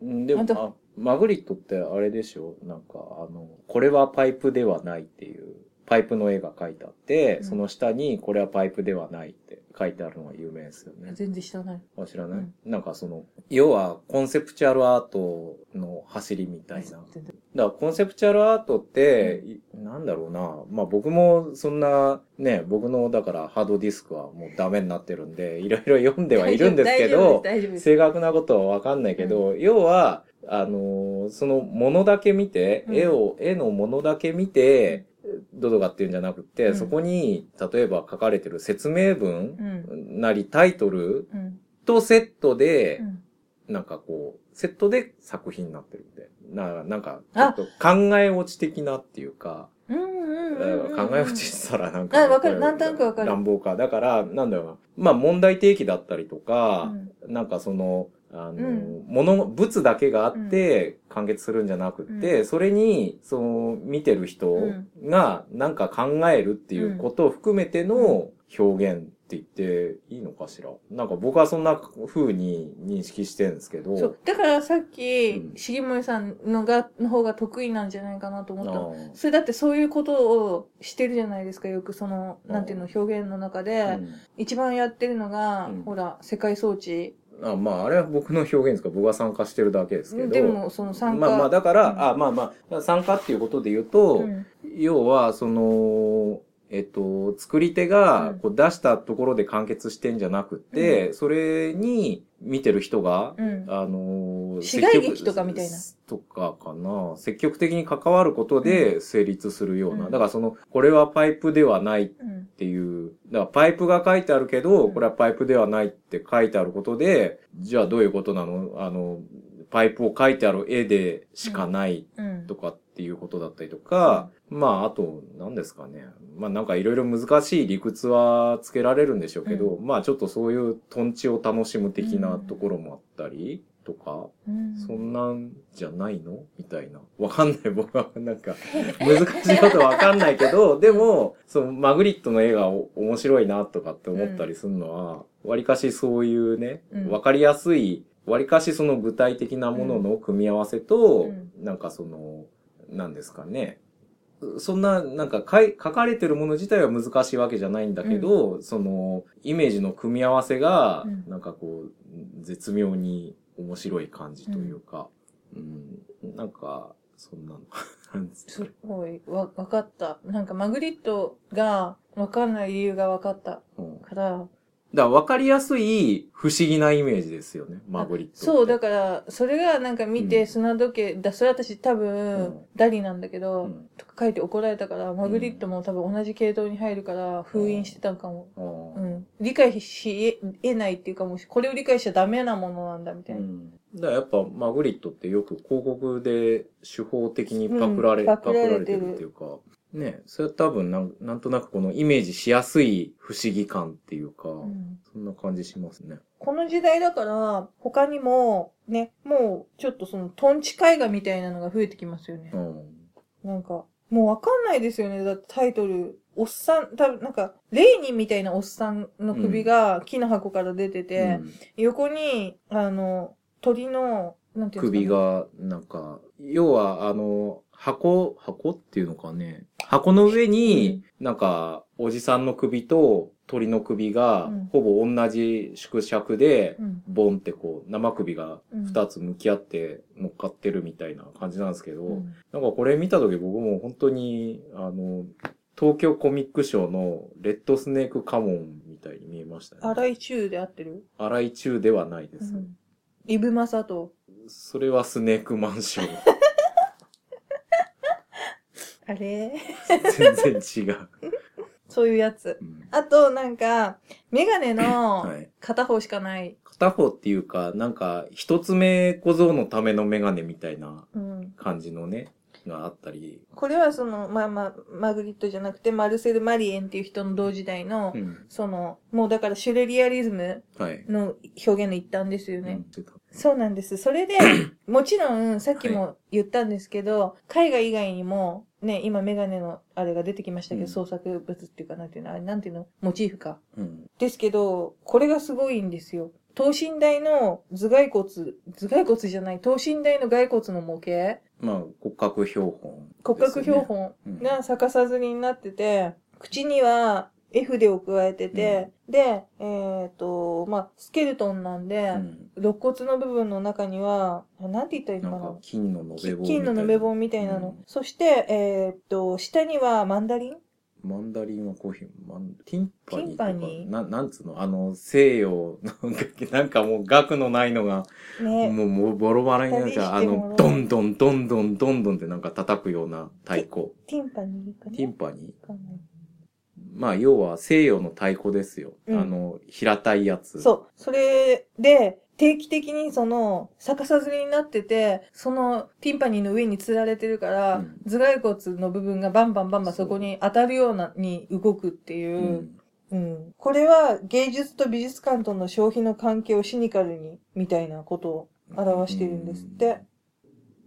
[SPEAKER 2] うんで
[SPEAKER 1] あ
[SPEAKER 2] も、
[SPEAKER 1] と
[SPEAKER 2] あマグリットってあれでしょなんか、あの、これはパイプではないっていう、パイプの絵が書いてあって、
[SPEAKER 1] うん
[SPEAKER 2] その下にこれはパイプではないって書いてあるのが有名ですよね。
[SPEAKER 1] 全然知らない。
[SPEAKER 2] あ知らない、
[SPEAKER 1] うん
[SPEAKER 2] なんかその、要はコンセプチュアルアートの走りみたいな。だか
[SPEAKER 1] 全然
[SPEAKER 2] らコンセプチュアルアートって、いなんだろうな。まあ僕もそんな、ね、僕のだからハードディスクはもうダメになってるんで、いろいろ読んではいるんですけど、
[SPEAKER 1] 大丈夫です。
[SPEAKER 2] 正確なことはわかんないけど、要は、あのーそのものだけ見て、
[SPEAKER 1] うん
[SPEAKER 2] 絵を、絵のものだけ見て、どうとかっていうんじゃなくて、
[SPEAKER 1] うん
[SPEAKER 2] そこに、例えば書かれてる説明文
[SPEAKER 1] うん。
[SPEAKER 2] なりタイトル
[SPEAKER 1] うん。
[SPEAKER 2] とセットで、
[SPEAKER 1] うん
[SPEAKER 2] なんかこう、セットで作品になってるんで。な、なんか、ちょっと考え落ち的なっていうか、
[SPEAKER 1] うん。うんうん。
[SPEAKER 2] 考え落ちしたらなん
[SPEAKER 1] あ
[SPEAKER 2] か、
[SPEAKER 1] わかるなんとなくわかる
[SPEAKER 2] 乱暴か。だから、なんだろうな。まあ問題提起だったりと
[SPEAKER 1] う
[SPEAKER 2] か、
[SPEAKER 1] ん
[SPEAKER 2] なんかその、あの、
[SPEAKER 1] うん
[SPEAKER 2] 物、物だけがあって完結するんじゃなくって、それに、その、見てる人
[SPEAKER 1] うん
[SPEAKER 2] がなんか考えるっていうことを含めての表現って言っていいのかしら。なんか僕はそんな風に認識してるんですけど。
[SPEAKER 1] そう。だからさっき
[SPEAKER 2] う、ん
[SPEAKER 1] 重森さんのが、の方が得意なんじゃないかなと思
[SPEAKER 2] あ
[SPEAKER 1] ったの。
[SPEAKER 2] ー
[SPEAKER 1] それだってそういうことをしてるじゃないですか、よくその、
[SPEAKER 2] あー
[SPEAKER 1] なんていうの、表現の中で。一番やってるのが
[SPEAKER 2] うん、
[SPEAKER 1] ほら、世界装置。
[SPEAKER 2] うんあまあ、あれは僕の表現ですか僕は参加してるだけですけど。
[SPEAKER 1] でも、その参加。
[SPEAKER 2] まあまあ、だから、
[SPEAKER 1] うん
[SPEAKER 2] あまあまあ、参加っていうことで言うと、
[SPEAKER 1] うん
[SPEAKER 2] 要は、その、えっと、作り手が
[SPEAKER 1] うん
[SPEAKER 2] こう出したところで完結してんじゃなくて、それに見てる人が、
[SPEAKER 1] うん。
[SPEAKER 2] あのー、
[SPEAKER 1] 市街劇
[SPEAKER 2] 積極
[SPEAKER 1] とかみたいな。
[SPEAKER 2] とかかな。積極的に関わることで成立するような。
[SPEAKER 1] うん
[SPEAKER 2] だからその、これはパイプではないっ
[SPEAKER 1] うん。
[SPEAKER 2] ていう、だからパイプが書いてあるけど、
[SPEAKER 1] うん
[SPEAKER 2] これはパイプではないって書いてあることで、じゃあどういうことなのあの、パイプを書いてある絵でしかない
[SPEAKER 1] うん
[SPEAKER 2] とかっていうことだったりとか、まあ、あと、何ですかね。まあ、なんかいろいろ難しい理屈はつけられるんでしょうけど、
[SPEAKER 1] う
[SPEAKER 2] まあ、ちょっとそういうトンチを楽しむ的なところもあったりとか、
[SPEAKER 1] うん
[SPEAKER 2] そんなんじゃないのみたいな。わかんない。僕は、なんか、難しいことわかんないけど、 [laughs] でも、その、マグリットの絵がお面白いなとかって思ったりするのは、わりかしそういうね
[SPEAKER 1] う、ん
[SPEAKER 2] わかりやすい、わりかしその具体的なものの組み合わせと、
[SPEAKER 1] うん
[SPEAKER 2] なんかその、なんですかね。そんな、なんかかい、書かれてるもの自体は難しいわけじゃないんだけど、その、イメージの組み合わせが
[SPEAKER 1] うん、
[SPEAKER 2] なんかこう、絶妙に面白い感じというか、うん、なんか、そ
[SPEAKER 1] [laughs]
[SPEAKER 2] んなの。なんです
[SPEAKER 1] すごい、わ、わかった。なんか、マグリットがわかんない理由がわかった
[SPEAKER 2] うん
[SPEAKER 1] から、
[SPEAKER 2] だから分かりやすい不思議なイメージですよね、マグリットって。
[SPEAKER 1] そう、だ
[SPEAKER 2] か
[SPEAKER 1] から、それがなんか見
[SPEAKER 2] う
[SPEAKER 1] て
[SPEAKER 2] ん
[SPEAKER 1] 砂時計、だ、それ私多
[SPEAKER 2] う
[SPEAKER 1] 分
[SPEAKER 2] ん、
[SPEAKER 1] ダリなんだけど、
[SPEAKER 2] うん
[SPEAKER 1] とか書いて怒られたから、マグリットも多分同じ系統に入るから、封印してたんかも。
[SPEAKER 2] ら、うん
[SPEAKER 1] うん。理解し得ないっていうか、もうこれを理解しちゃダメなものなんだ、みたいな。
[SPEAKER 2] だからやっぱマグリットってよく広告で手法的にパクられ,、
[SPEAKER 1] うん
[SPEAKER 2] パ
[SPEAKER 1] パ
[SPEAKER 2] ク
[SPEAKER 1] ク
[SPEAKER 2] ら
[SPEAKER 1] ら
[SPEAKER 2] れ
[SPEAKER 1] れ
[SPEAKER 2] て
[SPEAKER 1] てる
[SPEAKER 2] るっていうか、ね、それは多分なんなんとなくこのイメージしやすい不思議感っていうか、
[SPEAKER 1] うん
[SPEAKER 2] そんな感じしますね。
[SPEAKER 1] この時代だから、他にも、ね、もう、ちょっとその、トンチ絵画みたいなのが増えてきますよね
[SPEAKER 2] う。ん。
[SPEAKER 1] なんか、もうわかんないですよね。だってタイトル、おっさん、多分なんか、レイニーみたいなおっさんの首が木の箱から出てて、
[SPEAKER 2] うん
[SPEAKER 1] 横に、あの、鳥の、なんていうんです
[SPEAKER 2] 首
[SPEAKER 1] か、ね。
[SPEAKER 2] が、なんか、要は、あの、箱、箱っていうのかね。箱の上に、なんか、おじさんの首と鳥の首が
[SPEAKER 1] うん、
[SPEAKER 2] ほぼ同じ縮尺で、
[SPEAKER 1] うん
[SPEAKER 2] ボンってこう、生首が
[SPEAKER 1] うん
[SPEAKER 2] 二つ向き合って乗っかってるみたいな感じなんですけど、
[SPEAKER 1] うん
[SPEAKER 2] なんかこれ見た時僕も本当に、あの、東京コミックショーのレッドスネークカモンみたいに見えましたね。
[SPEAKER 1] 荒井中で合ってる、
[SPEAKER 2] 荒井中ではないで
[SPEAKER 1] う
[SPEAKER 2] す。
[SPEAKER 1] ん、イブマサト。
[SPEAKER 2] それはスネークマンション。
[SPEAKER 1] あれ
[SPEAKER 2] 全然違う。
[SPEAKER 1] そういうやつ。あと、なんか、メガネの
[SPEAKER 2] はい
[SPEAKER 1] 片方しかない。
[SPEAKER 2] 片方っていうか、なんか、一つ目小僧のためのメガネみたいな
[SPEAKER 1] うん、
[SPEAKER 2] 感じのね、があったり。
[SPEAKER 1] これはその、まあまあ、マグリットじゃなくて、マルセル・マリエンっていう人の同時代の、
[SPEAKER 2] うん。
[SPEAKER 1] その、もうだからシュレリアリズム
[SPEAKER 2] はい。
[SPEAKER 1] の表現の一端ですよね。
[SPEAKER 2] うん出た
[SPEAKER 1] そうなんです。そ
[SPEAKER 2] [coughs]
[SPEAKER 1] れで、もちろん、さっきも言ったんですけど、海外以外にも、ね、今メガネのあれが出てきましたけど、
[SPEAKER 2] うん
[SPEAKER 1] 創作物っていうか、なんていうの、あれ、なんていうの、モチーフか。
[SPEAKER 2] うん。
[SPEAKER 1] ですけど、これがすごいんですよ。等身大の頭蓋骨、頭蓋骨じゃない、等身大の骸骨の模型、
[SPEAKER 2] まあ、骨格標本、
[SPEAKER 1] 骨格標。本
[SPEAKER 2] うん
[SPEAKER 1] が逆さずりになってて、口には絵筆を加えてて、で、えっ、と、まあ、スケルトンなんで、
[SPEAKER 2] うん。
[SPEAKER 1] 肋骨の部分の中には、なんて言ったらいい
[SPEAKER 2] な
[SPEAKER 1] の
[SPEAKER 2] ん
[SPEAKER 1] かな
[SPEAKER 2] か、金の延べ棒みたいな。
[SPEAKER 1] き金の延べ棒みたいなの。
[SPEAKER 2] うん
[SPEAKER 1] そして、えーっと、下にはマンダリン
[SPEAKER 2] マンダリンはコーヒー、マン、ティンパニーとか
[SPEAKER 1] ティンパニー
[SPEAKER 2] ななんつうのあの、西洋の、なんかもう額のないのが、
[SPEAKER 1] ね。
[SPEAKER 2] もう、もうボロボロになっちゃう。あ
[SPEAKER 1] 旅しても
[SPEAKER 2] の
[SPEAKER 1] ら、う
[SPEAKER 2] どんどんどんどんどんどんってなんか叩くような太鼓。
[SPEAKER 1] ティンパニーかな
[SPEAKER 2] ティンパニー
[SPEAKER 1] わかんない
[SPEAKER 2] まあ、要は西洋の太鼓ですよ。
[SPEAKER 1] うん
[SPEAKER 2] あの、平たいやつ。
[SPEAKER 1] そう。それで、定期的にその、逆さずりになってて、そのティンパニーの上に吊られてるから、
[SPEAKER 2] うん
[SPEAKER 1] 頭蓋骨の部分がバンバンバンバンそこに当たるようなに動くっていうう、
[SPEAKER 2] ん。
[SPEAKER 1] うん。これは芸術と美術館との消費の関係をシニカルに、みたいなことを表してるんですって。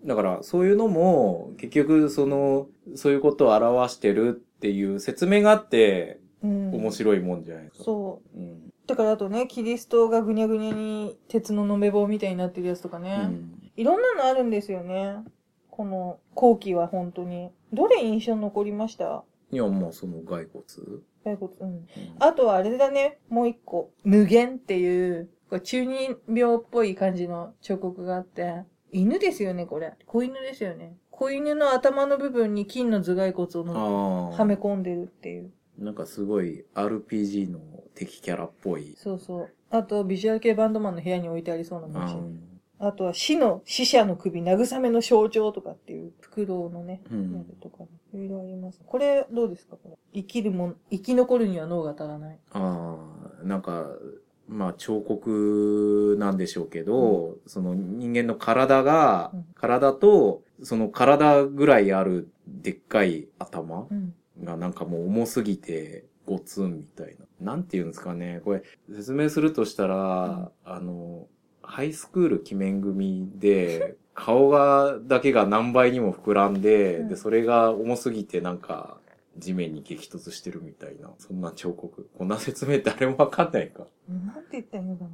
[SPEAKER 2] だから、そういうのも、結局、その、そういうことを表してるっていう説明があって、
[SPEAKER 1] うん。
[SPEAKER 2] 面白いもんじゃないですか。
[SPEAKER 1] そう。
[SPEAKER 2] うん。
[SPEAKER 1] だからあとね、キリストがぐにゃぐにゃに鉄の延べ棒みたいになってるやつとかね。
[SPEAKER 2] うん。
[SPEAKER 1] いろんなのあるんですよね。この後期は本当に。どれ印象残りました
[SPEAKER 2] いや、もうその骸骨。
[SPEAKER 1] 骸骨。うん。
[SPEAKER 2] うん
[SPEAKER 1] あとはあれだね、もう一個。無限っていう、これ中二病っぽい感じの彫刻があって。犬ですよね、これ。子犬ですよね。子犬の頭の部分に金の頭蓋骨をの
[SPEAKER 2] ああ。
[SPEAKER 1] はめ込んでるっていう。
[SPEAKER 2] なんかすごい RPG の敵キャラっぽい。
[SPEAKER 1] そうそう。あと、ビジュアル系バンドマンの部屋に置いてありそうなもの
[SPEAKER 2] うん
[SPEAKER 1] あとは死の、死者の首、慰めの象徴とかっていう、フクロウのね、
[SPEAKER 2] うん
[SPEAKER 1] やつとかね、いろいろあります。これ、どうですかこれ生きるもん、生き残るには脳が足らない。
[SPEAKER 2] ああ、なんか、まあ彫刻なんでしょうけど、その人間の体が、
[SPEAKER 1] うん
[SPEAKER 2] 体と、その体ぐらいあるでっかい頭
[SPEAKER 1] うん。
[SPEAKER 2] がなんかもう重すぎて、ごつんみたいな。なんて言うんですかね。これ、説明するとしたら、あの、ハイスクール鬼面組で、 [laughs] 顔が、だけが何倍にも膨らんで、
[SPEAKER 1] うん
[SPEAKER 2] で、それが重すぎてなんか、地面に激突してるみたいな、そんな彫刻。こんな説明誰もわかんないか。
[SPEAKER 1] なんて言ったらいいのかな。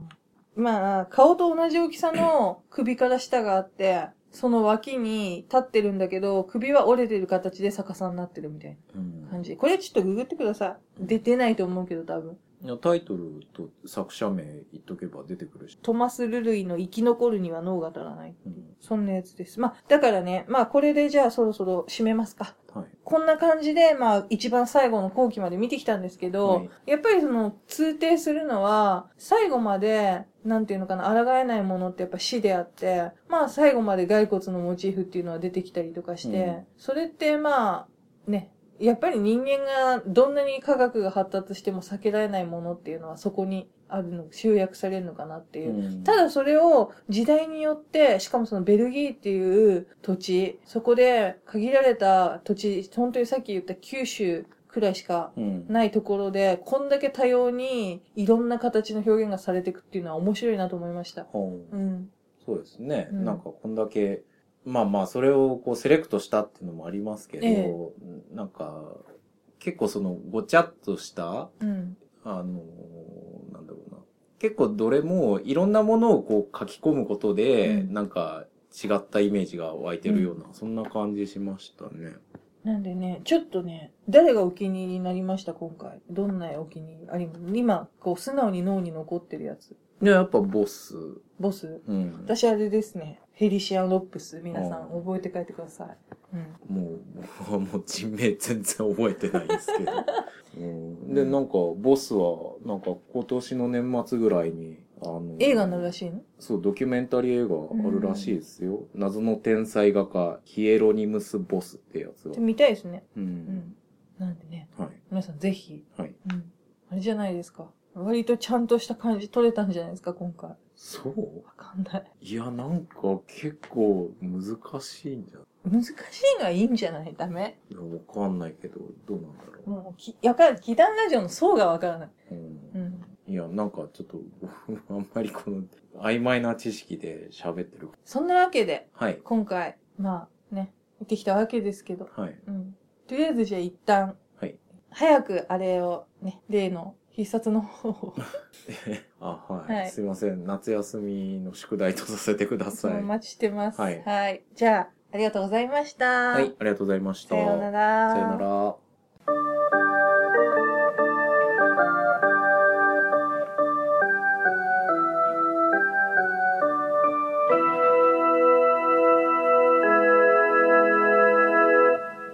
[SPEAKER 1] まあ、顔と同じ大きさの首から下があって、その脇に立ってるんだけど、首は折れてる形で逆さになってるみたいな感じ。これちょっとググってください。出てないと思うけど多分。
[SPEAKER 2] いやタイトルと作者名言っとけば出てくるし。
[SPEAKER 1] トマス・ルルイの生き残るには脳が足らない。
[SPEAKER 2] うん
[SPEAKER 1] そんなやつです。まあ、だからね、まあ、これでじゃあそろそろ締めますか。
[SPEAKER 2] はい。
[SPEAKER 1] こんな感じで、まあ、一番最後の後期まで見てきたんですけど、
[SPEAKER 2] はい
[SPEAKER 1] やっぱりその、通底するのは、最後まで、なんていうのかな、抗えないものってやっぱ死であって、まあ、最後まで骸骨のモチーフっていうのは出てきたりとかして、
[SPEAKER 2] うん
[SPEAKER 1] それってまあ、ね、やっぱり人間がどんなに科学が発達しても避けられないものっていうのはそこにあるの、集約されるのかなっていう。
[SPEAKER 2] うん
[SPEAKER 1] ただそれを時代によって、しかもそのベルギーっていう土地、そこで限られた土地、本当にさっき言った九州くらいしか
[SPEAKER 2] うん
[SPEAKER 1] ないところで、こんだけ多様にいろんな形の表現がされていくっていうのは面白いなと思いました。
[SPEAKER 2] ほう
[SPEAKER 1] うん。
[SPEAKER 2] そうですね、
[SPEAKER 1] うん
[SPEAKER 2] なんかこんだけまあまあそれをこうセレクトしたっていうのもありますけど、
[SPEAKER 1] ええ
[SPEAKER 2] なんか結構そのごちゃっとした
[SPEAKER 1] うん。
[SPEAKER 2] あのーなんだろうな。結構どれもいろんなものをこう書き込むことで、
[SPEAKER 1] うん
[SPEAKER 2] なんか違ったイメージが湧いてるような、そんな感じしましたね。
[SPEAKER 1] なんでね、ちょっとね、誰がお気に入りになりました今回。どんなお気に入りあり今、こう素直に脳に残ってるやつ。
[SPEAKER 2] で、やっぱボス。
[SPEAKER 1] ボス
[SPEAKER 2] うん。
[SPEAKER 1] 私あれですね。ヘリシアンロップス。皆さん
[SPEAKER 2] うん
[SPEAKER 1] 覚えて帰ってください。うん。
[SPEAKER 2] もう、僕はもう [laughs] 人名全然覚えてないです [laughs] けど。うん、
[SPEAKER 1] う
[SPEAKER 2] で、
[SPEAKER 1] ん
[SPEAKER 2] なんか、ボスは、なんか今年の年末ぐらいに、あの、
[SPEAKER 1] 映画になるら
[SPEAKER 2] い。
[SPEAKER 1] しいの
[SPEAKER 2] そう、ドキュメンタリー映画あるらしいですよ。謎の天才画家、ヒエロニムス・ボスってやつが。
[SPEAKER 1] 見たいですね。
[SPEAKER 2] う。
[SPEAKER 1] うんん。なんでね、
[SPEAKER 2] はい。
[SPEAKER 1] 皆さんぜひ。
[SPEAKER 2] はい。
[SPEAKER 1] うん。あれじゃないですか。割とちゃんとした感じ取れたんじゃないですか、今回。わ
[SPEAKER 2] そう
[SPEAKER 1] かんない。
[SPEAKER 2] いや、なんか結構難しいんじゃ
[SPEAKER 1] 難しいのはいいんじゃないダメ。
[SPEAKER 2] いやわかんないけど、どうなんだろ
[SPEAKER 1] もう、き、やっぱり、祈願ラジオの層がわからない。
[SPEAKER 2] う。う、
[SPEAKER 1] うんん。
[SPEAKER 2] いや、なんかちょっと、 [laughs] 僕あんまりこの曖昧な知識で喋ってる。
[SPEAKER 1] そんなわけで、
[SPEAKER 2] はい。
[SPEAKER 1] 今回、まあね、見てきたわけですけど。
[SPEAKER 2] はい。
[SPEAKER 1] うん。とりあえずじゃあ一旦、
[SPEAKER 2] はい。
[SPEAKER 1] 早くあれをね、例の必殺の方を、
[SPEAKER 2] あ、はい。
[SPEAKER 1] はい
[SPEAKER 2] すいません。夏休みの宿題とさせてくだ
[SPEAKER 1] いつも
[SPEAKER 2] さ
[SPEAKER 1] [laughs] お
[SPEAKER 2] い。
[SPEAKER 1] 待ちしてます。
[SPEAKER 2] はい
[SPEAKER 1] じゃあ、ありがとうございました。
[SPEAKER 2] はい。ありがとうございました。
[SPEAKER 1] さようなら。
[SPEAKER 2] さようなら。